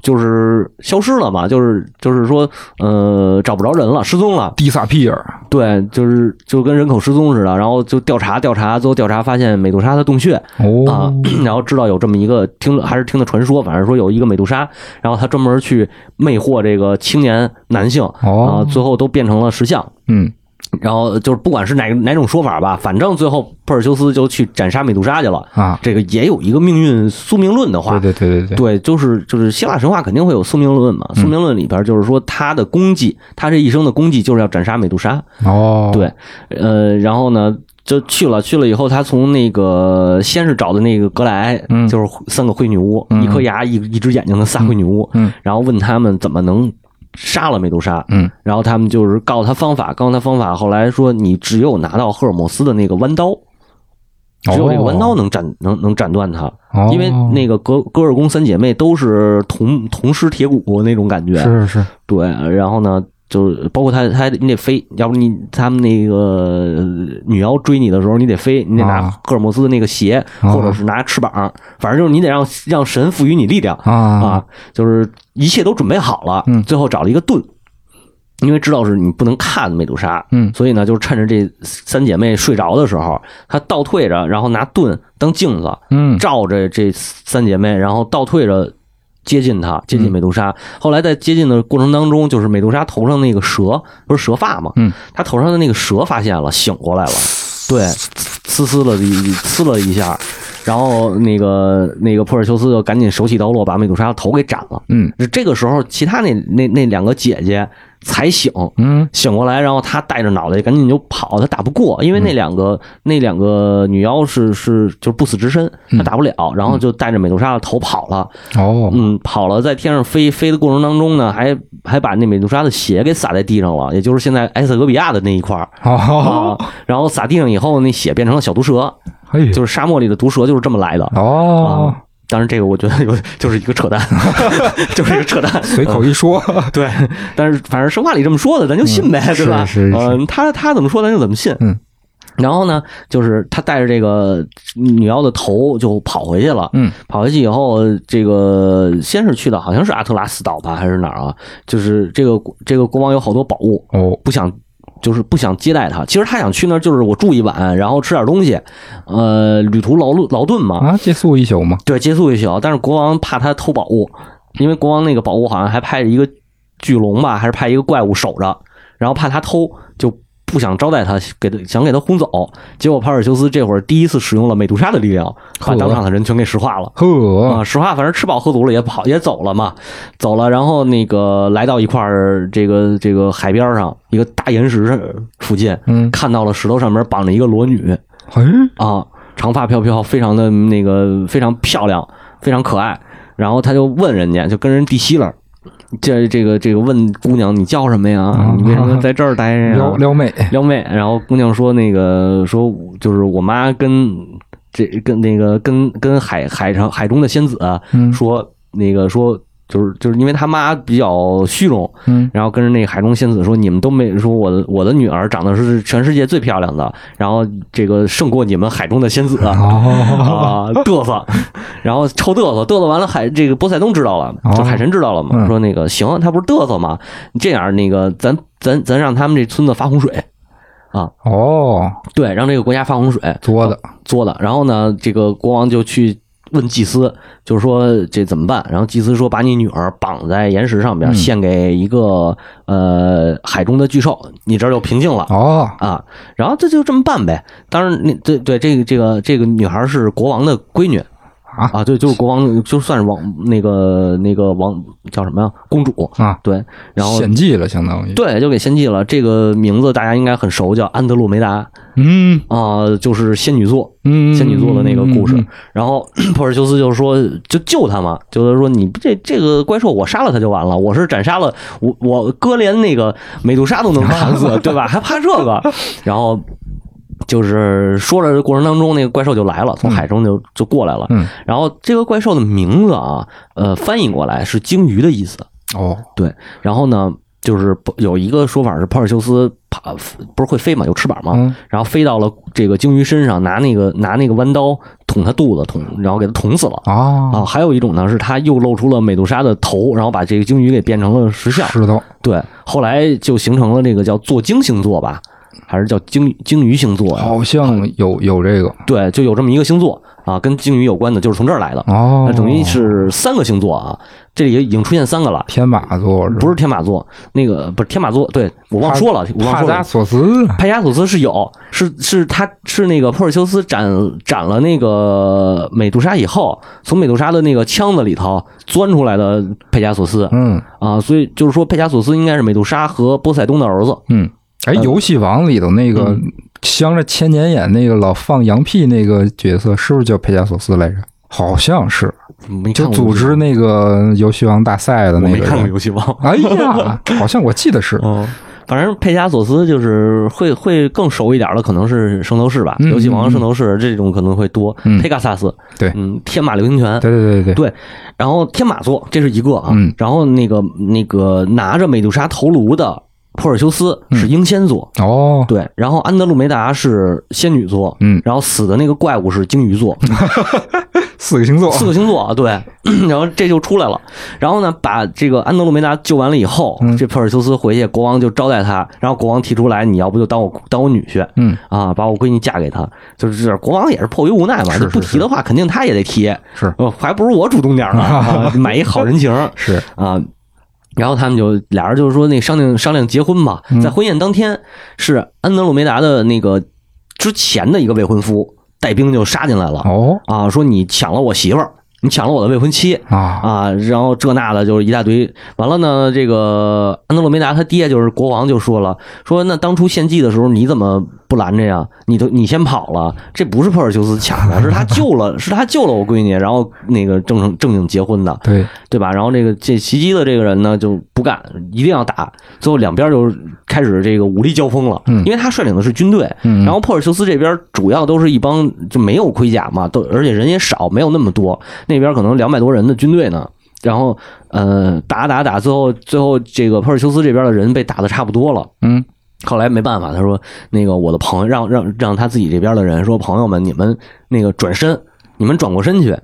[SPEAKER 2] 就是消失了嘛，就是就是说，呃，找不着人了，失踪了，
[SPEAKER 1] 蒂萨皮尔，
[SPEAKER 2] 对，就是就跟人口失踪似的，然后就调查调查，最后调查发现美杜莎的洞穴啊
[SPEAKER 1] 哦，，
[SPEAKER 2] 然后知道有这么一个听了还是听的传说，反正说有一个美杜莎，然后她专门去魅惑这个青年男性啊，
[SPEAKER 1] 哦，
[SPEAKER 2] 最后都变成了石像。
[SPEAKER 1] 嗯，
[SPEAKER 2] 然后就是不管是哪哪种说法吧，反正最后珀尔修斯就去斩杀美杜莎去了。
[SPEAKER 1] 啊，
[SPEAKER 2] 这个也有一个命运宿命论的话，
[SPEAKER 1] 对对对对对，
[SPEAKER 2] 对，就是就是希腊神话肯定会有宿命论嘛，
[SPEAKER 1] 嗯
[SPEAKER 2] 宿命论里边就是说他的功绩，他这一生的功绩就是要斩杀美杜莎。
[SPEAKER 1] 哦，
[SPEAKER 2] 对，呃，然后呢，就去了，去了以后，他从那个先是找的那个格莱，
[SPEAKER 1] 嗯
[SPEAKER 2] 就是三个灰女巫，一颗牙，一一只眼睛的仨灰女巫，
[SPEAKER 1] 嗯嗯
[SPEAKER 2] 然后问他们怎么能杀了美杜莎，
[SPEAKER 1] 嗯，
[SPEAKER 2] 然后他们就是告诉他方法，告诉他方法，后来说你只有拿到赫尔墨斯的那个弯刀。只有这个弯刀能斩能能斩断他，
[SPEAKER 1] 哦，
[SPEAKER 2] 因为那个格格尔宫三姐妹都是铜铜狮铁骨那种感觉，
[SPEAKER 1] 是是是，
[SPEAKER 2] 对，呃然后呢，就是包括他，他你得飞，要不你他们那个呃女妖追你的时候，你得飞，你得拿
[SPEAKER 1] 啊
[SPEAKER 2] 赫尔墨斯的那个鞋，
[SPEAKER 1] 啊
[SPEAKER 2] 或者是拿翅膀，反正就是你得让让神赋予你力量
[SPEAKER 1] 啊
[SPEAKER 2] 啊，就是一切都准备好了，
[SPEAKER 1] 嗯
[SPEAKER 2] 最后找了一个盾。因为知道是你不能看美杜莎，
[SPEAKER 1] 嗯
[SPEAKER 2] 所以呢，就是趁着这三姐妹睡着的时候，她倒退着，然后拿盾当镜子，
[SPEAKER 1] 嗯，
[SPEAKER 2] 照着这三姐妹，然后倒退着接近
[SPEAKER 1] 嗯
[SPEAKER 2] 她，接近美杜莎。后来在接近的过程当中，就是美杜莎头上那个蛇，不是蛇发吗？
[SPEAKER 1] 嗯，
[SPEAKER 2] 她头上的那个蛇发现了，醒过来了，对，呲呲了一呲了一下，然后那个那个珀尔修斯就赶紧手起刀落，把美杜莎的头给斩了。
[SPEAKER 1] 嗯
[SPEAKER 2] 这个时候，其他那那那两个姐姐才醒，
[SPEAKER 1] 嗯
[SPEAKER 2] 醒过来，然后他带着脑袋赶紧就跑，他打不过，因为
[SPEAKER 1] 嗯
[SPEAKER 2] 那两个、那两个女妖是是就是不死之身，
[SPEAKER 1] 嗯
[SPEAKER 2] 他打不了，然后就带着美杜莎的头跑了，
[SPEAKER 1] 哦，
[SPEAKER 2] 嗯，跑了，在天上飞，飞的过程当中呢，还还把那美杜莎的血给洒在地上了，也就是现在埃塞俄比亚的那一块儿、
[SPEAKER 1] 哦，
[SPEAKER 2] 啊，然后洒地上以后，那血变成了小毒蛇，
[SPEAKER 1] 嘿，
[SPEAKER 2] 就是沙漠里的毒蛇就是这么来的。
[SPEAKER 1] 哦，
[SPEAKER 2] 啊当然，这个我觉得有就是一个 扯淡，就是一个扯淡。
[SPEAKER 1] 随口一说，
[SPEAKER 2] 对，但是反正神话里这么说的，咱就信呗，对吧？
[SPEAKER 1] 嗯是是是
[SPEAKER 2] 嗯、他他怎么说咱就怎么信。
[SPEAKER 1] 嗯。
[SPEAKER 2] 然后呢，就是他带着这个女妖的头就跑回去了。
[SPEAKER 1] 嗯，
[SPEAKER 2] 跑回去以后，这个先是去的好像是阿特拉斯岛吧，还是哪儿啊？就是这个这个国王有好多宝物，
[SPEAKER 1] 哦，
[SPEAKER 2] 不想就是不想接待他。其实他想去那儿就是我住一晚，然后吃点东西，呃，旅途劳顿劳顿嘛。
[SPEAKER 1] 啊，借宿一宿嘛，
[SPEAKER 2] 对，借宿一宿，但是国王怕他偷宝物，因为国王那个宝物好像还派一个巨龙吧，还是派一个怪物守着，然后怕他偷，就不想招待他，给他想给他轰走。结果帕尔修斯这会儿第一次使用了美杜莎的力量，把
[SPEAKER 1] 呵嗯
[SPEAKER 2] 当场的人全给石化了。啊，
[SPEAKER 1] 呵，
[SPEAKER 2] 石化，反正吃饱喝足了也跑也走了嘛，走了，然后那个来到一块儿这个这个海边上一个大岩石附近，
[SPEAKER 1] 嗯，哎
[SPEAKER 2] 看到了石头上面绑着一个裸女，
[SPEAKER 1] 嘿，
[SPEAKER 2] 啊，长发飘飘，非常的那个非常漂亮，非常可爱。然后他就问人家，就跟人递稀了，这这个这个问姑娘你叫什么呀
[SPEAKER 1] 啊？
[SPEAKER 2] 你为什 么在这儿待着
[SPEAKER 1] 撩
[SPEAKER 2] 呀？
[SPEAKER 1] 撩妹，
[SPEAKER 2] 撩妹。然后姑娘说那个说就是我妈跟这跟那个跟跟海海上海中的仙子
[SPEAKER 1] 嗯
[SPEAKER 2] 说那个说就是就是因为他妈比较虚荣，
[SPEAKER 1] 嗯
[SPEAKER 2] 然后跟着那个海中仙子说：“你们都没说我的我的女儿长得是全世界最漂亮的，然后这个胜过你们海中的仙子啊，
[SPEAKER 1] 哦
[SPEAKER 2] 嘚瑟， 然后臭嘚瑟，嘚瑟完了海这个波塞冬知道了，
[SPEAKER 1] 哦
[SPEAKER 2] 就海神知道了嘛，
[SPEAKER 1] 嗯
[SPEAKER 2] 说那个行，他不是嘚瑟吗？你这样那个咱咱咱让他们这村子发洪水，
[SPEAKER 1] 哦，
[SPEAKER 2] 对，让这个国家发洪水
[SPEAKER 1] 作的，
[SPEAKER 2] 作的。然后呢，这个国王就去。”问祭司，就是说这怎么办？然后祭司说，把你女儿绑在岩石上边，
[SPEAKER 1] 嗯
[SPEAKER 2] 献给一个呃海中的巨兽，你这儿就平静了。
[SPEAKER 1] 哦，
[SPEAKER 2] 啊，然后这就这么办呗。当然，那对对，这个这个这个女孩是国王的闺女
[SPEAKER 1] 啊
[SPEAKER 2] 啊，对，就是国王，就算是王那个那个王叫什么呀？公主
[SPEAKER 1] 啊，
[SPEAKER 2] 对，然后
[SPEAKER 1] 献祭了，相当于，
[SPEAKER 2] 对就给献祭了。这个名字大家应该很熟，叫安德洛梅达
[SPEAKER 1] 嗯
[SPEAKER 2] 啊、就是仙女座
[SPEAKER 1] 嗯，
[SPEAKER 2] 仙女座的那个故事。
[SPEAKER 1] 嗯
[SPEAKER 2] 然后 珀尔修斯就说，就救他嘛，就是说你这这个怪兽我杀了他就完了，我是斩杀了我我哥连那个美杜莎都 能砍死，对吧？还怕这个？然后。就是说着过程当中，那个怪兽就来了，从海中就就过来了。
[SPEAKER 1] 嗯
[SPEAKER 2] 然后这个怪兽的名字啊，呃，翻译过来是鲸鱼的意思。
[SPEAKER 1] 哦，
[SPEAKER 2] 对，然后呢，就是有一个说法是珀尔修斯爬不是会飞嘛，有翅膀嘛，
[SPEAKER 1] 嗯
[SPEAKER 2] 然后飞到了这个鲸鱼身上，拿那个拿那个弯刀捅它肚子，捅然后给它捅死了。
[SPEAKER 1] 啊，
[SPEAKER 2] 啊，还有一种呢，是他又露出了美杜莎的头，然后把这个鲸鱼给变成了石像。
[SPEAKER 1] 石头，
[SPEAKER 2] 对，后来就形成了这个叫做鲸星座吧，还是叫鲸鲸鱼星座呀、
[SPEAKER 1] 好像有有这个，
[SPEAKER 2] 对，就有这么一个星座啊，跟鲸鱼有关的，就是从这儿来的。
[SPEAKER 1] 哦
[SPEAKER 2] 那，等于是三个星座啊，这里已经出现三个了，
[SPEAKER 1] 天马座
[SPEAKER 2] 不是天马座，那个不是天马座，对我忘说了，我忘
[SPEAKER 1] 帕
[SPEAKER 2] 说了
[SPEAKER 1] 萨。索斯，
[SPEAKER 2] 派加索斯是有，是是他是那个珀尔修斯斩斩了那个美杜莎以后，从美杜莎的那个腔子里头钻出来的佩加索斯
[SPEAKER 1] 嗯
[SPEAKER 2] 啊，所以就是说佩加索斯应该是美杜莎和波塞冬的儿子。
[SPEAKER 1] 嗯。哎，
[SPEAKER 2] 呃
[SPEAKER 1] 游戏王里头那个
[SPEAKER 2] 嗯
[SPEAKER 1] 镶着千年眼那个老放羊屁那个角色，是不是叫佩加索斯来着？好像是，
[SPEAKER 2] 没看
[SPEAKER 1] 就
[SPEAKER 2] 过
[SPEAKER 1] 组织那个游戏王大赛的
[SPEAKER 2] 我
[SPEAKER 1] 那
[SPEAKER 2] 没
[SPEAKER 1] 个
[SPEAKER 2] 看过
[SPEAKER 1] 人。
[SPEAKER 2] 游戏王。
[SPEAKER 1] 哎呀，好像我记得是，
[SPEAKER 2] 嗯，反正佩加索斯就是会会更熟一点的，可能是圣斗士吧，
[SPEAKER 1] 嗯
[SPEAKER 2] 游戏王、
[SPEAKER 1] 嗯
[SPEAKER 2] 圣斗士这种可能会多。
[SPEAKER 1] 嗯
[SPEAKER 2] 佩加萨斯，
[SPEAKER 1] 对
[SPEAKER 2] 嗯，天马流星拳，
[SPEAKER 1] 对对对对，
[SPEAKER 2] 对，然后天马座这是一个啊，
[SPEAKER 1] 嗯
[SPEAKER 2] 然后那个那个拿着美杜莎头颅的珀尔修斯
[SPEAKER 1] 嗯
[SPEAKER 2] 是英仙座，
[SPEAKER 1] 哦，
[SPEAKER 2] 对，然后安德路梅达是仙女座，
[SPEAKER 1] 嗯
[SPEAKER 2] 然后死的那个怪物是鲸鱼座，
[SPEAKER 1] 四个星座，
[SPEAKER 2] 四个星 座啊，对， 然后这就出来了，然后呢，把这个安德路梅达救完了以后，
[SPEAKER 1] 嗯
[SPEAKER 2] 这珀尔修斯回去，国王就招待他，然后国王提出来，你要不就当我当我女婿，
[SPEAKER 1] 嗯，
[SPEAKER 2] 啊，把我闺女嫁给他，就是这国王也是迫于无奈嘛，
[SPEAKER 1] 是
[SPEAKER 2] 你不提的话，肯定他也得提，
[SPEAKER 1] 是
[SPEAKER 2] 呃，还不如我主动点儿呢， 啊买一好人情儿
[SPEAKER 1] 是，
[SPEAKER 2] 啊。然后他们就俩人就是说那商量商量结婚吧，
[SPEAKER 1] 嗯
[SPEAKER 2] 在婚宴当天是安德鲁梅达的那个之前的一个未婚夫带兵就杀进来了
[SPEAKER 1] 哦
[SPEAKER 2] 啊，说你抢了我媳妇儿，你抢了我的未婚妻。
[SPEAKER 1] 啊，
[SPEAKER 2] 啊，然后这那的就是一大堆。完了呢，这个安德罗梅达他爹就是国王就说了，说那当初献祭的时候你怎么不拦着呀？你都你先跑了，这不是珀尔修斯抢的，是他救了，是他救了我闺女，然后那个正正经结婚的，
[SPEAKER 1] 对，
[SPEAKER 2] 对吧？然后这个这袭击的这个人呢就不干，一定要打，最后两边就开始这个武力交锋了，
[SPEAKER 1] 嗯
[SPEAKER 2] 因为他率领的是军队，
[SPEAKER 1] 嗯，
[SPEAKER 2] 然后珀尔修斯这边主要都是一帮就没有盔甲嘛，都而且人也少，没有那么多。那边可能两百多人的军队呢。然后，呃，打打打，最后最后这个珀尔修斯这边的人被打的差不多了。
[SPEAKER 1] 嗯
[SPEAKER 2] 后来没办法，他说那个我的朋友让让让他自己这边的人说朋友们，你们那个转身，你们转过身去。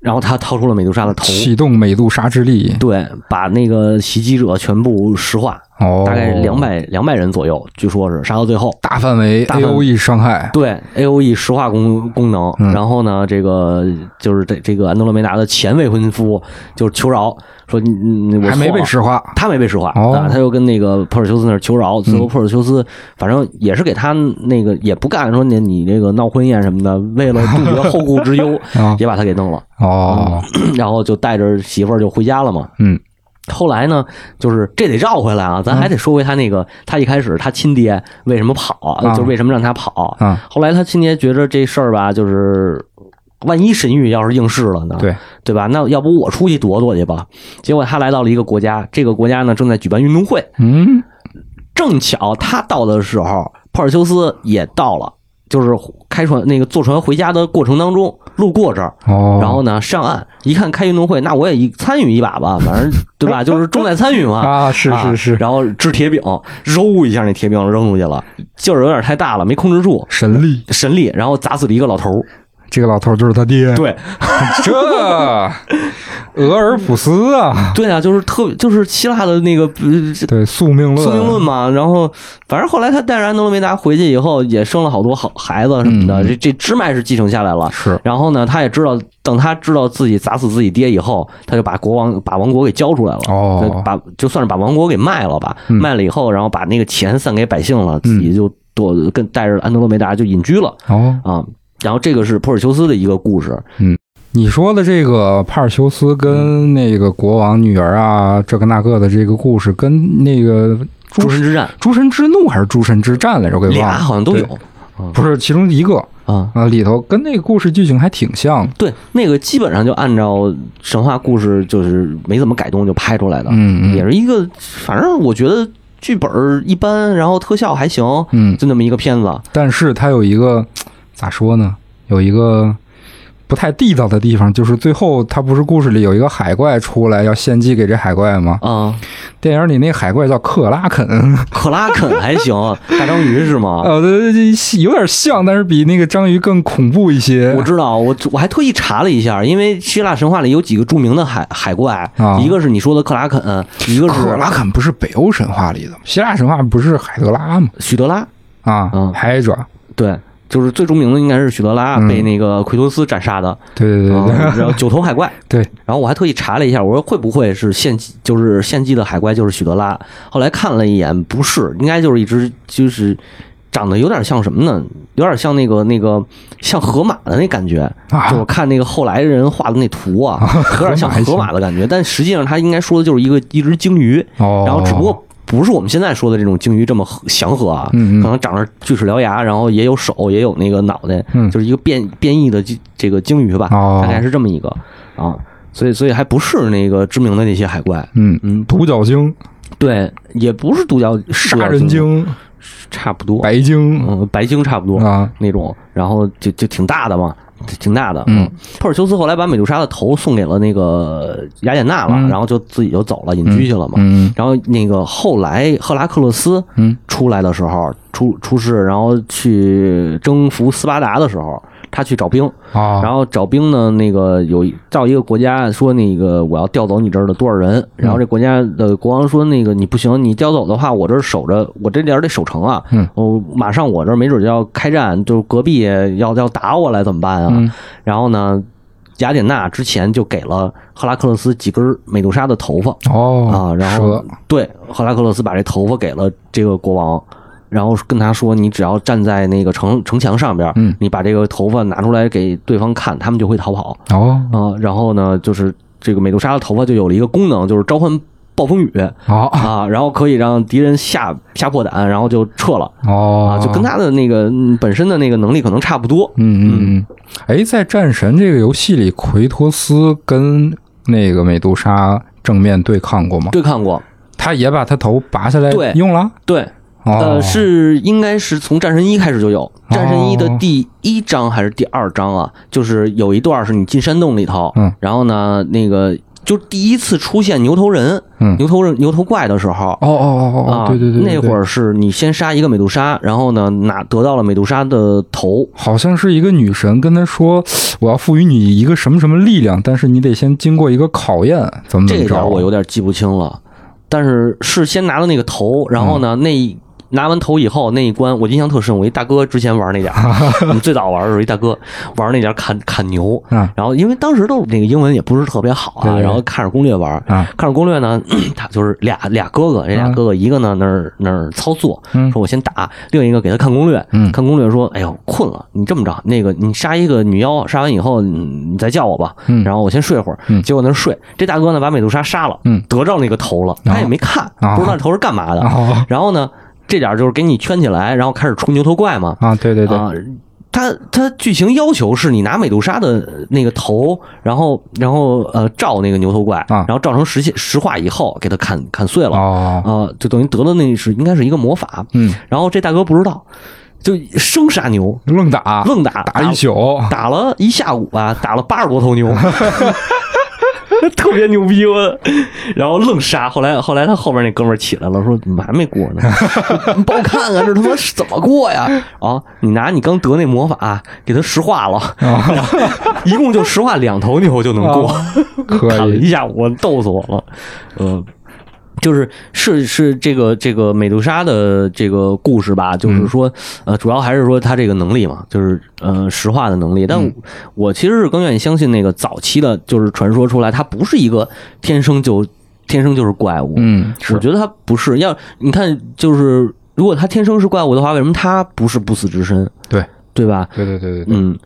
[SPEAKER 2] 然后他掏出了美杜莎的头，
[SPEAKER 1] 启动美杜莎之力，
[SPEAKER 2] 对，把那个袭击者全部石化，
[SPEAKER 1] 哦，
[SPEAKER 2] 大概两百两百人左右，据说是杀到最后。
[SPEAKER 1] 大范围
[SPEAKER 2] 大范
[SPEAKER 1] A O E 伤害，
[SPEAKER 2] 对 A O E 石化功功能，
[SPEAKER 1] 嗯
[SPEAKER 2] 然后呢，这个就是这这个安德罗梅达的前未婚夫就是求饶，说你你我
[SPEAKER 1] 还没
[SPEAKER 2] 错
[SPEAKER 1] 被
[SPEAKER 2] 了
[SPEAKER 1] 石化，
[SPEAKER 2] 他没被石化、
[SPEAKER 1] 哦嗯
[SPEAKER 2] 啊，他又跟那个珀尔修斯那儿求饶，最后珀尔修斯反正也是给他那个也不干，说你你这个闹婚宴什么的，为了杜绝后顾之忧
[SPEAKER 1] 啊，
[SPEAKER 2] 也把他给弄了，
[SPEAKER 1] 哦，
[SPEAKER 2] 然后就带着媳妇儿就回家了嘛。
[SPEAKER 1] 嗯，
[SPEAKER 2] 后来呢，就是这得绕回来啊，咱还得说回他那个，他一开始他亲爹为什么跑，
[SPEAKER 1] 啊
[SPEAKER 2] 就是为什么让他跑
[SPEAKER 1] 啊？
[SPEAKER 2] 后来他亲爹觉着这事儿吧，就是万一神域要是应试了呢，
[SPEAKER 1] 对，
[SPEAKER 2] 对吧？那要不我出去躲躲去吧？结果他来到了一个国家，这个国家呢正在举办运动会，
[SPEAKER 1] 嗯，
[SPEAKER 2] 正巧他到的时候，珀尔修斯也到了，就是开船那个坐船回家的过程当中，路过这儿，
[SPEAKER 1] 哦，
[SPEAKER 2] 然后呢上岸一看开运动会，那我也一参与一把吧，反正对 吧？就是重在参与嘛。
[SPEAKER 1] 啊，是
[SPEAKER 2] 啊
[SPEAKER 1] 是是，
[SPEAKER 2] 然后掷铁饼，揉一下那铁饼扔出去了，劲儿有点太大了，没控制住
[SPEAKER 1] 神力，
[SPEAKER 2] 神力，然后砸死了一个老头儿。
[SPEAKER 1] 这个老头就是他爹，
[SPEAKER 2] 对
[SPEAKER 1] 这俄尔普斯啊，
[SPEAKER 2] 对啊，就是特就是希腊的那个呃
[SPEAKER 1] 对宿命论，
[SPEAKER 2] 宿命论嘛，然后反正后来他带着安德罗梅达回去以后，也生了好多好孩子什么的，
[SPEAKER 1] 嗯
[SPEAKER 2] 这这支脉是继承下来了。
[SPEAKER 1] 是
[SPEAKER 2] 然后呢，他也知道，等他知道自己砸死自己爹以后，他就把国王把王国给交出来了，
[SPEAKER 1] 哦
[SPEAKER 2] 就呃把就算是把王国给卖了吧，
[SPEAKER 1] 嗯
[SPEAKER 2] 卖了以后，然后把那个钱散给百姓了，自己就躲跟带着安德罗梅达就隐居了
[SPEAKER 1] 哦。
[SPEAKER 2] 啊。然后这个是普尔修斯的一个故事，
[SPEAKER 1] 你说的这个帕尔修斯跟那个国王女儿啊，这个那个的这个故事，跟那个
[SPEAKER 2] 诸神之战，
[SPEAKER 1] 诸神之怒还是诸神之战来着？我给忘了，
[SPEAKER 2] 俩好像都有嗯
[SPEAKER 1] 对不是其中一个
[SPEAKER 2] 啊。
[SPEAKER 1] 啊，里头跟那个故事剧情还挺像的。
[SPEAKER 2] 对，那个基本上就按照神话故事，就是没怎么改动就拍出来的，
[SPEAKER 1] 嗯
[SPEAKER 2] 也
[SPEAKER 1] 嗯
[SPEAKER 2] 是一个，反正我觉得剧本儿一般，然后特效还行，
[SPEAKER 1] 嗯，
[SPEAKER 2] 就那么一个片子。
[SPEAKER 1] 但是它有一个咋说呢？有一个不太地道的地方，就是最后它不是故事里有一个海怪出来要献祭给这海怪吗？
[SPEAKER 2] 啊、
[SPEAKER 1] 电影里那海怪叫克拉肯，
[SPEAKER 2] 克拉肯还行，大章鱼是 吗？
[SPEAKER 1] 呃，这这有点像，但是比那个章鱼更恐怖一些
[SPEAKER 2] 我。知道，我我还特意查了一下，因为希腊神话里有几个著名的海海怪，
[SPEAKER 1] 啊
[SPEAKER 2] 一个是你说的克拉肯，一个
[SPEAKER 1] 克
[SPEAKER 2] 是
[SPEAKER 1] 拉肯不是北欧神话里的吗，希腊神话不是海德拉吗？
[SPEAKER 2] 许德拉，
[SPEAKER 1] 啊
[SPEAKER 2] 嗯，
[SPEAKER 1] 海爪，
[SPEAKER 2] 对，就是最著名的应该是许德拉
[SPEAKER 1] 嗯
[SPEAKER 2] 被那个奎托斯斩杀的，
[SPEAKER 1] 对对对对
[SPEAKER 2] 啊然后九头海怪。
[SPEAKER 1] 对，
[SPEAKER 2] 然后我还特意查了一下，我说会不会是献祭，就是献祭的海怪就是许德拉？后来看了一眼，不是，应该就是一只就是长得有点像什么呢？有点像那个那个像河马的那感觉。就我
[SPEAKER 1] 啊，
[SPEAKER 2] 看那个后来人画的那图 啊，有点像河马的感觉，但实际上它应该说的就是一个一只鲸鱼，
[SPEAKER 1] 哦，
[SPEAKER 2] 然后只不过。不是我们现在说的这种鲸鱼这么和祥和啊，
[SPEAKER 1] 嗯嗯
[SPEAKER 2] 可能长着锯齿獠牙，然后也有手，也有那个脑袋，
[SPEAKER 1] 嗯
[SPEAKER 2] 就是一个变变异的这这个鲸鱼吧，
[SPEAKER 1] 哦
[SPEAKER 2] 大概是这么一个啊，所以所以还不是那个知名的那些海怪，
[SPEAKER 1] 嗯，
[SPEAKER 2] 嗯，
[SPEAKER 1] 独角鲸、
[SPEAKER 2] 对，也不是独角是
[SPEAKER 1] 杀
[SPEAKER 2] 独角
[SPEAKER 1] 人鲸、
[SPEAKER 2] 差不多，
[SPEAKER 1] 白鲸
[SPEAKER 2] 嗯，白鲸差不多，
[SPEAKER 1] 啊，
[SPEAKER 2] 那种，然后就就挺大的嘛，挺大的。
[SPEAKER 1] 嗯，
[SPEAKER 2] 珀尔修斯后来把美杜莎的头送给了那个雅典娜了，
[SPEAKER 1] 嗯
[SPEAKER 2] 然后就自己就走了，隐居去了嘛。
[SPEAKER 1] 嗯
[SPEAKER 2] 然后那个后来赫拉克勒斯
[SPEAKER 1] 嗯
[SPEAKER 2] 出来的时候，出出世，然后去征服斯巴达的时候，他去找兵，
[SPEAKER 1] 啊，
[SPEAKER 2] 然后找兵呢，那个有一到一个国家说那个我要调走你这儿的多少
[SPEAKER 1] 嗯
[SPEAKER 2] 人，然后这国家的国王说那个你不行，你调走的话，我这儿守着，我这点儿得守城啊，
[SPEAKER 1] 嗯
[SPEAKER 2] 我马上我这儿没准就要开战，就是隔壁要要打我来怎么办啊？
[SPEAKER 1] 嗯
[SPEAKER 2] 然后呢，雅典娜之前就给了赫拉克勒斯几根美杜莎的头发，
[SPEAKER 1] 哦
[SPEAKER 2] 啊，然后
[SPEAKER 1] 蛇
[SPEAKER 2] 对赫拉克勒斯把这头发给了这个国王，然后跟他说，你只要站在那个城城墙上边，
[SPEAKER 1] 嗯
[SPEAKER 2] 你把这个头发拿出来给对方看，他们就会逃跑
[SPEAKER 1] 哦
[SPEAKER 2] 啊。然后呢，就是这个美杜莎的头发就有了一个功能，就是召唤暴风雨
[SPEAKER 1] 哦
[SPEAKER 2] 啊，然后可以让敌人吓吓破胆，然后就撤了
[SPEAKER 1] 哦
[SPEAKER 2] 啊，，就跟他的那个嗯本身的那个能力可能差不多。
[SPEAKER 1] 嗯嗯嗯，哎，在战神这个游戏里，奎托斯跟那个美杜莎正面对抗过吗？
[SPEAKER 2] 对抗过，
[SPEAKER 1] 他也把他头拔下来
[SPEAKER 2] 对
[SPEAKER 1] 用了。
[SPEAKER 2] 对，
[SPEAKER 1] 哦，
[SPEAKER 2] 呃，是应该是从战神一开始就有，战神一的
[SPEAKER 1] 哦
[SPEAKER 2] 第一章还是第二章啊？就是有一段是你进山洞里头，
[SPEAKER 1] 嗯
[SPEAKER 2] 然后呢，那个就第一次出现牛头人、
[SPEAKER 1] 嗯，
[SPEAKER 2] 牛头人、牛头怪的时候。
[SPEAKER 1] 哦哦哦哦
[SPEAKER 2] 啊，，
[SPEAKER 1] 对对对，对
[SPEAKER 2] 那会儿是你先杀一个美杜莎，然后呢拿得到了美杜莎的头，
[SPEAKER 1] 好像是一个女神跟他说，我要赋予你一个什么什么力量，但是你得先经过一个考验，怎么怎
[SPEAKER 2] 这
[SPEAKER 1] 么
[SPEAKER 2] 点
[SPEAKER 1] 着？
[SPEAKER 2] 儿我有点记不清了，但是是先拿到那个头，然后呢，那一拿完头以后那一关我印象特深，我一大哥之前玩那点 儿，我们最早玩的时候一大哥玩那点儿砍砍牛，
[SPEAKER 1] 啊
[SPEAKER 2] 然后因为当时都那个英文也不是特别好啊，
[SPEAKER 1] 对对
[SPEAKER 2] 然后看着攻略玩儿，
[SPEAKER 1] 啊，
[SPEAKER 2] 看着攻略呢， 他就是俩俩哥哥，这俩哥哥一个呢那儿那儿操作，
[SPEAKER 1] 嗯
[SPEAKER 2] 说我先打，另一个给他看攻略，
[SPEAKER 1] 嗯
[SPEAKER 2] 看攻略说，哎呦困了，你这么着，那个你杀一个女妖，杀完以后你你再叫我吧，
[SPEAKER 1] 嗯
[SPEAKER 2] 然后我先睡会儿，
[SPEAKER 1] 嗯
[SPEAKER 2] 结果那儿睡，这大哥呢把美杜莎杀了，
[SPEAKER 1] 嗯
[SPEAKER 2] 得着那个头了，他也没看，
[SPEAKER 1] 啊
[SPEAKER 2] 不知道头是干嘛的，
[SPEAKER 1] 哦
[SPEAKER 2] 然后呢这点儿就是给你圈起来，然后开始出牛头怪嘛，
[SPEAKER 1] 啊，对对对，
[SPEAKER 2] 啊，它它剧情要求是你拿美杜莎的那个头，然后然后呃照那个牛头怪，
[SPEAKER 1] 啊
[SPEAKER 2] 然后照成石器石化以后给它砍砍碎了，啊、
[SPEAKER 1] 哦，
[SPEAKER 2] 就等于得了那是应该是一个魔法，
[SPEAKER 1] 嗯
[SPEAKER 2] 然后这大哥不知道。就生杀牛，
[SPEAKER 1] 愣打，
[SPEAKER 2] 愣打，
[SPEAKER 1] 打一宿，
[SPEAKER 2] 打了一下午吧，打了八十多头牛， 特别牛逼我。然后愣杀，后来后来他后边那哥们儿起来了，说怎么还没过呢？ 你帮我看看这他妈是怎么过呀？啊，你拿你刚得那魔法给他石化了，然后一共就石化两头牛就能过，
[SPEAKER 1] 可
[SPEAKER 2] 砍了
[SPEAKER 1] 以，
[SPEAKER 2] 一下午，逗死我了，呃。就是是是这个这个美杜莎的这个故事吧，
[SPEAKER 1] 嗯
[SPEAKER 2] 就是说，呃，主要还是说她这个能力嘛，就是呃石化的能
[SPEAKER 1] 嗯
[SPEAKER 2] 力。但我其实是更愿意相信那个早期的，就是传说出来，她不是一个天生就天生就是怪物。
[SPEAKER 1] 嗯，
[SPEAKER 2] 我
[SPEAKER 1] 是，
[SPEAKER 2] 觉得她不是。要你看，就是如果她天生是怪物的话，为什么她不是不死之身？
[SPEAKER 1] 对，
[SPEAKER 2] 对吧？
[SPEAKER 1] 对对对对对，
[SPEAKER 2] 嗯，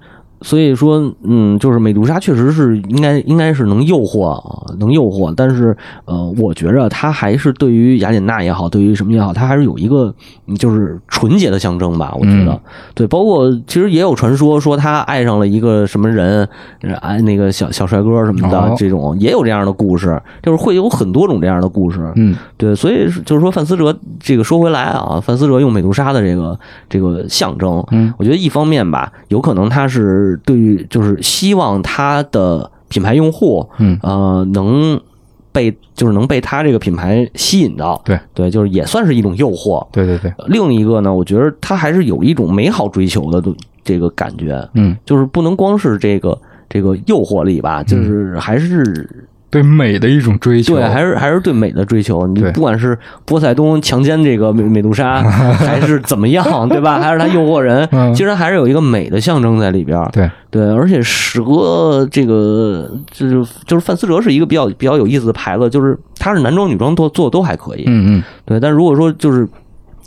[SPEAKER 2] 所以说，嗯，就是美杜莎确实是应该应该是能诱惑啊，能诱惑，但是呃，我觉着她还是对于雅典娜也好，对于什么也好，她还是有一个嗯就是纯洁的象征吧，我觉得。
[SPEAKER 1] 嗯
[SPEAKER 2] 对，包括其实也有传说说她爱上了一个什么人，呃爱那个小小帅哥什么的，
[SPEAKER 1] 哦
[SPEAKER 2] 这种也有这样的故事，就是会有很多种这样的故事。
[SPEAKER 1] 嗯，
[SPEAKER 2] 对，所以是就是说，范思哲这个说回来啊，范思哲用美杜莎的这个这个象征，
[SPEAKER 1] 嗯，
[SPEAKER 2] 我觉得一方面吧，有可能他是对于就是希望他的品牌用户，
[SPEAKER 1] 嗯
[SPEAKER 2] 呃，能被就是能被他这个品牌吸引到，
[SPEAKER 1] 对
[SPEAKER 2] 对，就是也算是一种诱惑。
[SPEAKER 1] 对对对，
[SPEAKER 2] 另一个呢，我觉得他还是有一种美好追求的这个感觉，
[SPEAKER 1] 嗯，
[SPEAKER 2] 就是不能光是这个这个诱惑力吧，就是还是
[SPEAKER 1] 对美的一种追求，
[SPEAKER 2] 嗯对，还是还是对美的追求。你
[SPEAKER 1] 对
[SPEAKER 2] 不管是波塞冬强奸这个美美杜 莎，还是怎么样，对吧？还是他诱惑 人，
[SPEAKER 1] 嗯
[SPEAKER 2] 其实还是有一个美的象征在里边儿。
[SPEAKER 1] 对，
[SPEAKER 2] 对，而且蛇这个就是就是范思哲是一个比较比较有意思的牌子，就是他是男装女装做做都还可以。
[SPEAKER 1] 嗯嗯，
[SPEAKER 2] 对，但如果说就是。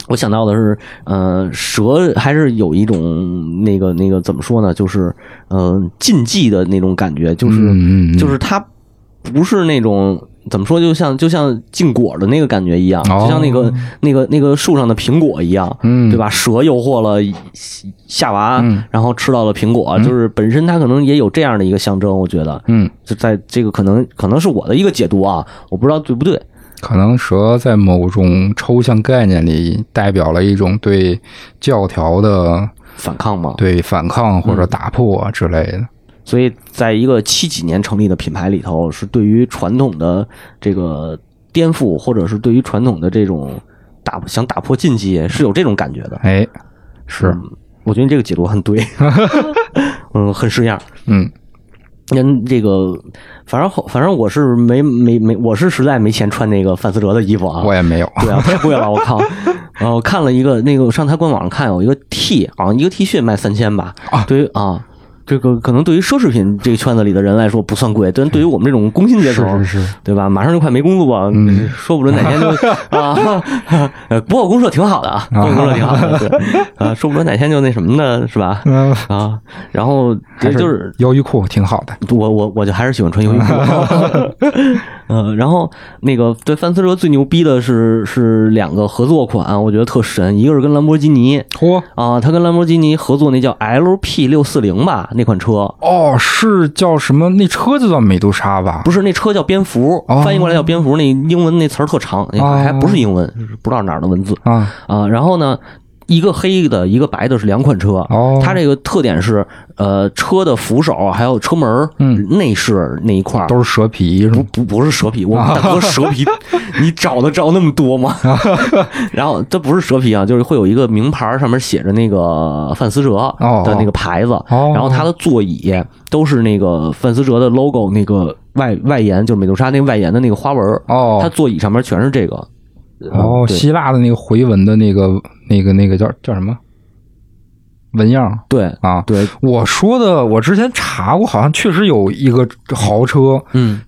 [SPEAKER 2] 我想到的是，呃，蛇还是有一种那个那个怎么说呢，就是呃禁忌的那种感觉，就
[SPEAKER 1] 嗯
[SPEAKER 2] 是、
[SPEAKER 1] 嗯嗯
[SPEAKER 2] 就是它不是那种怎么说，就像就像禁果的那个感觉一样，
[SPEAKER 1] 哦
[SPEAKER 2] 就像那个那个那个树上的苹果一样，
[SPEAKER 1] 嗯，
[SPEAKER 2] 对？吧？蛇诱惑了夏娃，
[SPEAKER 1] 嗯
[SPEAKER 2] 然后吃到了苹果，就是本身它可能也有这样的一个象征，我觉得
[SPEAKER 1] 嗯，
[SPEAKER 2] 就在这个可能可能是我的一个解读啊，我不知道对不对。
[SPEAKER 1] 可能蛇在某种抽象概念里代表了一种对教条的
[SPEAKER 2] 反抗嘛，
[SPEAKER 1] 对反抗或者打破啊之类的。
[SPEAKER 2] 所以在一个七几年成立的品牌里头，是对于传统的这个颠覆，或者是对于传统的这种打想打破禁忌，是有这种感觉的。嗯
[SPEAKER 1] 哎，是，
[SPEAKER 2] 我觉得你这个解读很对，嗯，很式样。
[SPEAKER 1] 嗯
[SPEAKER 2] 嗯，这个，反正后反正我是没没没，我是实在没钱穿那个范思哲的衣服啊。
[SPEAKER 1] 我也没有。
[SPEAKER 2] 对啊，太贵了，我靠！然后看了一个那个，我上他官网上看有一个 T 啊，一个 T 恤卖三千吧。
[SPEAKER 1] 啊
[SPEAKER 2] 对于啊，这个可能对于奢侈品这个圈子里的人来说不算贵，但对于我们这种工薪阶
[SPEAKER 1] 是
[SPEAKER 2] 层，
[SPEAKER 1] 是是，
[SPEAKER 2] 对吧？马上就快没工作了，
[SPEAKER 1] 嗯
[SPEAKER 2] 说不准哪天就 啊，呃，不过公社挺好的啊，不过公社挺好的，对，啊，说不准哪天就那什么呢，是吧？
[SPEAKER 1] 嗯，
[SPEAKER 2] 啊，然后
[SPEAKER 1] 还
[SPEAKER 2] 也就是
[SPEAKER 1] 优衣库挺好的。
[SPEAKER 2] 我我我就还是喜欢穿优 衣库。嗯，然后那个对范思哲最牛逼的是是两个合作款，我觉得特神，一个是跟兰博基尼
[SPEAKER 1] 嚯，
[SPEAKER 2] 啊，他跟兰博基尼合作那叫 LP 六四零吧，那款车
[SPEAKER 1] 哦，是叫什么？那车就叫美杜莎吧？
[SPEAKER 2] 不是那车叫蝙蝠，
[SPEAKER 1] 哦
[SPEAKER 2] 翻译过来叫蝙蝠，那英文那词儿特长，那还不是英文，不知道哪儿的文字
[SPEAKER 1] 啊，
[SPEAKER 2] 啊。然后呢？一个黑的，一个白的，是两款车。
[SPEAKER 1] 哦
[SPEAKER 2] 它这个特点是，呃，车的扶手还有车门儿
[SPEAKER 1] 嗯
[SPEAKER 2] 内饰那一块儿
[SPEAKER 1] 都是蛇皮是
[SPEAKER 2] 不
[SPEAKER 1] 吗？
[SPEAKER 2] 不不是蛇皮，我大哥蛇
[SPEAKER 1] 啊
[SPEAKER 2] 皮，你找得着那么多吗？ 然后这不是蛇皮啊，就是会有一个名牌儿上面写着那个范思哲的那个牌子，
[SPEAKER 1] 哦
[SPEAKER 2] 然后它的座椅都是那个范思哲的 logo 那个外外沿，就是美杜莎那外沿的那个花纹儿，它
[SPEAKER 1] 哦
[SPEAKER 2] 座椅上面全是这个。呃
[SPEAKER 1] 哦，
[SPEAKER 2] 嗯对
[SPEAKER 1] 希腊的那个回纹的那个那个那个叫叫什么纹样
[SPEAKER 2] 对
[SPEAKER 1] 啊？
[SPEAKER 2] 对，
[SPEAKER 1] 我说的，我之前查过，好像确实有一个豪车，
[SPEAKER 2] 嗯，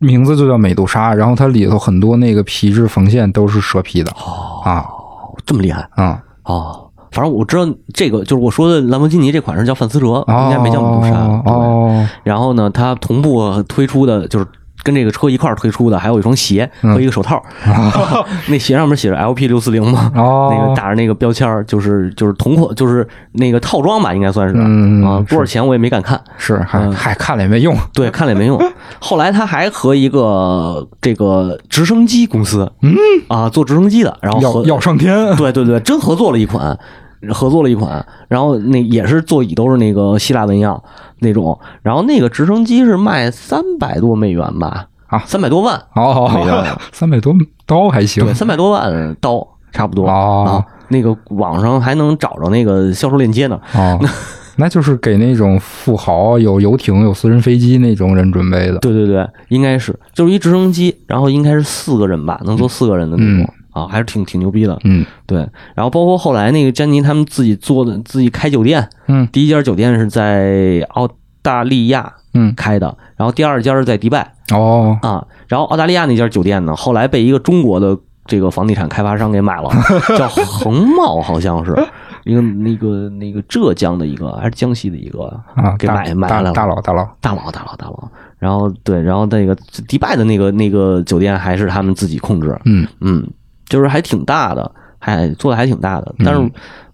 [SPEAKER 1] 名字就叫美杜莎，然后它里头很多那个皮质缝线都是蛇皮的
[SPEAKER 2] 哦，
[SPEAKER 1] 啊
[SPEAKER 2] 这么厉害
[SPEAKER 1] 啊
[SPEAKER 2] 哦。反正我知道这个，就是我说的兰博基尼这款是叫范思哲，
[SPEAKER 1] 哦
[SPEAKER 2] 应该没叫美杜莎。对
[SPEAKER 1] 哦，
[SPEAKER 2] 然后呢，它同步推出的就是跟这个车一块儿推出的，还有一双鞋
[SPEAKER 1] 嗯
[SPEAKER 2] 和一个 手套。那鞋上面写着 LP 六四零嘛，
[SPEAKER 1] 哦
[SPEAKER 2] 那个打着那个标签儿，就是就是同款，就是那个套装吧，应该算是、
[SPEAKER 1] 嗯
[SPEAKER 2] 啊。多少钱我也没敢看，
[SPEAKER 1] 是还
[SPEAKER 2] 嗯
[SPEAKER 1] 还看了也没用
[SPEAKER 2] 对，看了也没用。后来他还和一个这个直升机公司，嗯啊，做直升机的，然后
[SPEAKER 1] 要
[SPEAKER 2] 和
[SPEAKER 1] 要上天，
[SPEAKER 2] 对对对，真合作了一款。合作了一款，然后那也是座椅都是那个希腊纹样那种，然后那个直升机是卖三百多美元吧，
[SPEAKER 1] 啊
[SPEAKER 2] 三百多万，
[SPEAKER 1] 哦
[SPEAKER 2] 没了，
[SPEAKER 1] 三百多刀还行
[SPEAKER 2] 对，三百多万刀差不多
[SPEAKER 1] 嗯哦
[SPEAKER 2] 啊。那个网上还能找着那个销售链接呢，
[SPEAKER 1] 哦，那就是给那种富豪有游艇、有私人飞机那种人准备的。
[SPEAKER 2] 对对对，应该是就是一直升机，然后应该是四个人吧，能坐四个人的那种、啊，还是挺挺牛逼的。
[SPEAKER 1] 嗯
[SPEAKER 2] 对，然后包括后来那个詹妮他们自己做的，自己开酒店，
[SPEAKER 1] 嗯
[SPEAKER 2] 第一家酒店是在澳大利亚
[SPEAKER 1] 嗯，
[SPEAKER 2] 开的，然后第二家是在迪拜
[SPEAKER 1] 哦，
[SPEAKER 2] 啊，然后澳大利亚那家酒店呢，后来被一个中国的这个房地产开发商给买了，叫恒茂，好像是一个那个那个浙江的一个还是江西的一个
[SPEAKER 1] 啊，
[SPEAKER 2] 给
[SPEAKER 1] 大
[SPEAKER 2] 买买
[SPEAKER 1] 大
[SPEAKER 2] 来了
[SPEAKER 1] 大佬大佬，
[SPEAKER 2] 大佬，大佬，大佬。然后对，然后那个迪拜的那个那个酒店还是他们自己控制，
[SPEAKER 1] 嗯
[SPEAKER 2] 嗯，就是还挺大的，还做的还挺大的。但是，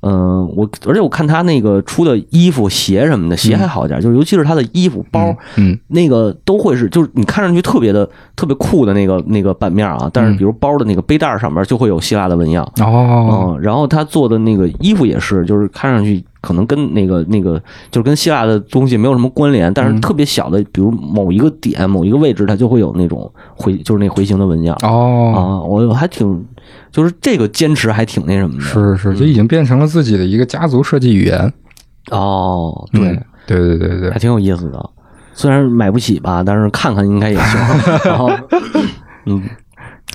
[SPEAKER 2] 嗯、我而且我看他那个出的衣服、鞋什么的，鞋还好一点，就是尤其是他的衣服、包、
[SPEAKER 1] 嗯
[SPEAKER 2] 那个都会是，就是你看上去特别的特别酷的那个那个版面啊。但
[SPEAKER 1] 嗯
[SPEAKER 2] 是比如包的那个背带上面就会有希腊的纹样，
[SPEAKER 1] 哦，
[SPEAKER 2] 嗯，然后他做的那个衣服也是，就是看上去可能跟那个那个就是跟希腊的东西没有什么关联，但是
[SPEAKER 1] 嗯
[SPEAKER 2] 特别小的，比如某一个点、某一个位置，它就会有那种回，就是那回形的纹样。
[SPEAKER 1] 哦，
[SPEAKER 2] 啊，我还挺，就是这个坚持还挺那什么的。
[SPEAKER 1] 是是，就已经变成了自己的一个家族设计语言。
[SPEAKER 2] 哦，对，
[SPEAKER 1] 嗯对对对对
[SPEAKER 2] 还
[SPEAKER 1] 对，
[SPEAKER 2] 挺有意思的。虽然买不起吧，但是看看应该 也行。然后，嗯，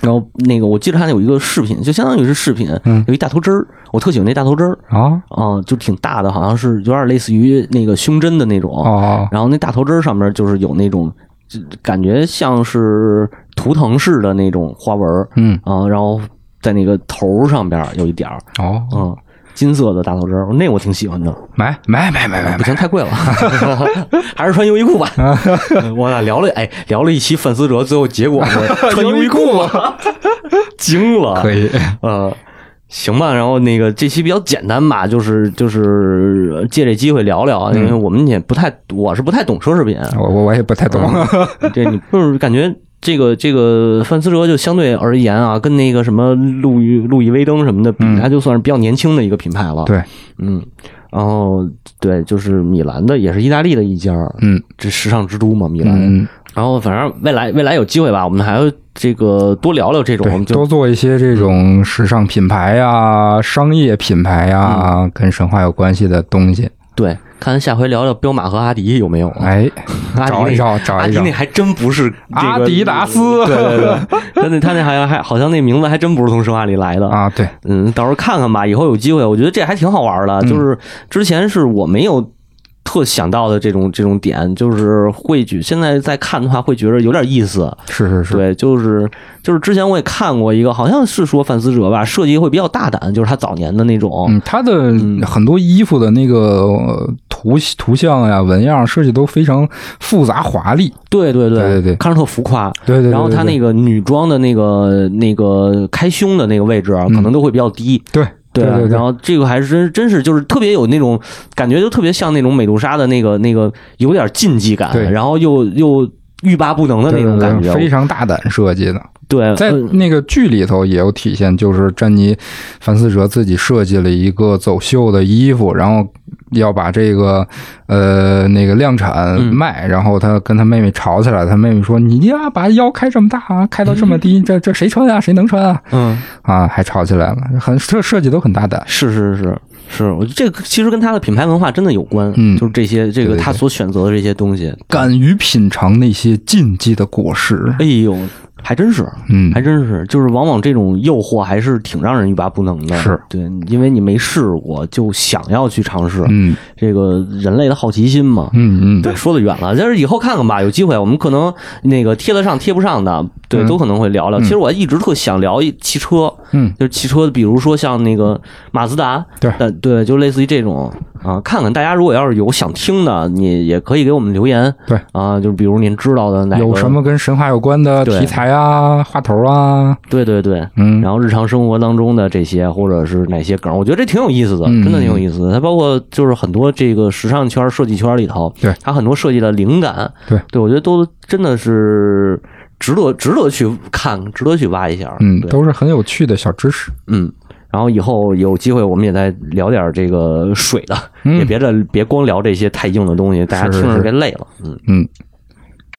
[SPEAKER 2] 然后那个我记得他有一个视频，就相当于是视频，
[SPEAKER 1] 嗯
[SPEAKER 2] 有一大头针儿，我特喜欢那大头针儿。
[SPEAKER 1] 啊
[SPEAKER 2] 啊、就挺大的，好像是有点类似于那个胸针的那种。
[SPEAKER 1] 哦
[SPEAKER 2] 然后那大头针上面就是有那种，就感觉像是图腾式的那种花纹儿
[SPEAKER 1] 嗯
[SPEAKER 2] 啊、然后在那个头上边有一点儿，
[SPEAKER 1] 哦，
[SPEAKER 2] 嗯，金色的大头针儿，那我挺喜欢的。
[SPEAKER 1] 买买买买买
[SPEAKER 2] 不，行，太贵了，还是穿优衣库吧。嗯我俩聊了，哎，聊了一期范思哲，最后结果是穿优衣库了， 惊了，
[SPEAKER 1] 可以。
[SPEAKER 2] 呃，行吧，然后那个这期比较简单吧，就是就是呃借这机会聊聊，啊，因为
[SPEAKER 1] 嗯
[SPEAKER 2] 我们也不太，我是不太懂奢侈品，
[SPEAKER 1] 我我我也不太
[SPEAKER 2] 嗯
[SPEAKER 1] 懂。
[SPEAKER 2] 对你就是感觉这个这个范思哲就相对而言啊，跟那个什么路易路易威登什么的比，它就算是比较年轻的一个品牌了，
[SPEAKER 1] 嗯对，
[SPEAKER 2] 嗯，然后对，就是米兰的也是意大利的一家，
[SPEAKER 1] 嗯
[SPEAKER 2] 这时尚之都嘛，米兰，
[SPEAKER 1] 嗯，
[SPEAKER 2] 然后反正未来未来有机会吧，我们还要这个多聊聊这种，我
[SPEAKER 1] 对，
[SPEAKER 2] 们
[SPEAKER 1] 多
[SPEAKER 2] 就
[SPEAKER 1] 做一些这种时尚品牌呀、商业品牌
[SPEAKER 2] 嗯
[SPEAKER 1] 呀，跟神话有关系的东西。
[SPEAKER 2] 对，看下回聊聊彪马和阿迪有没有啊。
[SPEAKER 1] 哎，
[SPEAKER 2] 阿迪
[SPEAKER 1] 找一
[SPEAKER 2] 那
[SPEAKER 1] 找，找
[SPEAKER 2] 阿
[SPEAKER 1] 一
[SPEAKER 2] 迪
[SPEAKER 1] 找
[SPEAKER 2] 那。还真不是、这个、
[SPEAKER 1] 阿迪达斯
[SPEAKER 2] 对对对，他那他那好像还好像那名字还真不是从神话里来的。
[SPEAKER 1] 啊，对，
[SPEAKER 2] 嗯，到时候看看吧，以后有机会，我觉得这还挺好玩的。
[SPEAKER 1] 嗯
[SPEAKER 2] 就是之前是我没有特想到的这种这种点，就是会觉现在在看的话会觉得有点意思。
[SPEAKER 1] 是是是，
[SPEAKER 2] 对，就是就是之前我也看过一个，好像是说范思哲吧，设计会比较大胆，就是他早年的那种。
[SPEAKER 1] 嗯，它的很多衣服的那个呃图图像呀、纹样设计都非常复杂华丽。
[SPEAKER 2] 对对对
[SPEAKER 1] 对对对
[SPEAKER 2] 看着特浮夸。
[SPEAKER 1] 对对对，
[SPEAKER 2] 然后他那
[SPEAKER 1] 个
[SPEAKER 2] 个女装的那个那个开胸的那个位置啊，可能都会比较低。
[SPEAKER 1] 对
[SPEAKER 2] 对啊
[SPEAKER 1] 嗯对
[SPEAKER 2] 然后这个还是真真是就是特别有那种感觉，就特别像那种美杜莎的那个那个有点禁忌感，
[SPEAKER 1] 对
[SPEAKER 2] 然后又又欲罢不能的
[SPEAKER 1] 对
[SPEAKER 2] 那种
[SPEAKER 1] 对
[SPEAKER 2] 感
[SPEAKER 1] 对
[SPEAKER 2] 觉。
[SPEAKER 1] 非常大胆设计的，
[SPEAKER 2] 对，
[SPEAKER 1] 在
[SPEAKER 2] 呃
[SPEAKER 1] 那个剧里头也有体现，就是詹妮范思哲自己设计了一个走秀的衣服，然后要把这个呃那个量产
[SPEAKER 2] 嗯
[SPEAKER 1] 卖，然后他跟他妹妹吵起来，他妹妹说：“你呀，把腰开这么大啊，开到这 么低，这这谁穿啊？谁能穿啊
[SPEAKER 2] 嗯，？”
[SPEAKER 1] 啊，还吵起来了，很这设计都很大胆。
[SPEAKER 2] 是是是是，我觉得这个其实跟他的品牌文化真的有关，
[SPEAKER 1] 嗯
[SPEAKER 2] 就是这些这个
[SPEAKER 1] 对对
[SPEAKER 2] 他所选择的这些东西。
[SPEAKER 1] 敢于品尝那些禁忌的果实。
[SPEAKER 2] 哎呦，还真是，
[SPEAKER 1] 嗯
[SPEAKER 2] 还，真是，就是往往这种诱惑还是挺让人欲罢不能的。
[SPEAKER 1] 是
[SPEAKER 2] 对，因为你没试过，就想要去尝试。
[SPEAKER 1] 嗯
[SPEAKER 2] 这个人类的好奇心嘛。
[SPEAKER 1] 嗯嗯，
[SPEAKER 2] 对，说的远了，但是以后看看吧，有机会我们可能那个贴得上贴不上的，对，
[SPEAKER 1] 嗯
[SPEAKER 2] 都可能会聊聊。其实我一直特想聊一汽车，
[SPEAKER 1] 嗯，
[SPEAKER 2] 就是汽车，比如说像那个马自达，
[SPEAKER 1] 对
[SPEAKER 2] 但对，就类似于这种啊。看看大家如果要是有想听的，你也可以给我们留言，
[SPEAKER 1] 对
[SPEAKER 2] 啊，就比如您知道的哪个
[SPEAKER 1] 有什么跟神话有关的
[SPEAKER 2] 对
[SPEAKER 1] 题材啊、话头啊？
[SPEAKER 2] 对对对，
[SPEAKER 1] 嗯
[SPEAKER 2] 然后日常生活当中的这些，或者是哪些梗，我觉得这挺有意思的，
[SPEAKER 1] 嗯
[SPEAKER 2] 真的挺有意思的。它包括就是很多这个时尚圈、设计圈里头，
[SPEAKER 1] 对
[SPEAKER 2] 它很多设计的灵感，
[SPEAKER 1] 对
[SPEAKER 2] 对，我觉得都真的是值得值得去看，值得去挖一下。
[SPEAKER 1] 嗯，
[SPEAKER 2] 对
[SPEAKER 1] 都是很有趣的小知识。
[SPEAKER 2] 嗯。然后以后有机会我们也再聊点这个水的，也别这别光聊这些太硬的东西，大家
[SPEAKER 1] 嗯是是
[SPEAKER 2] 听着
[SPEAKER 1] 是
[SPEAKER 2] 别累了。嗯
[SPEAKER 1] 嗯，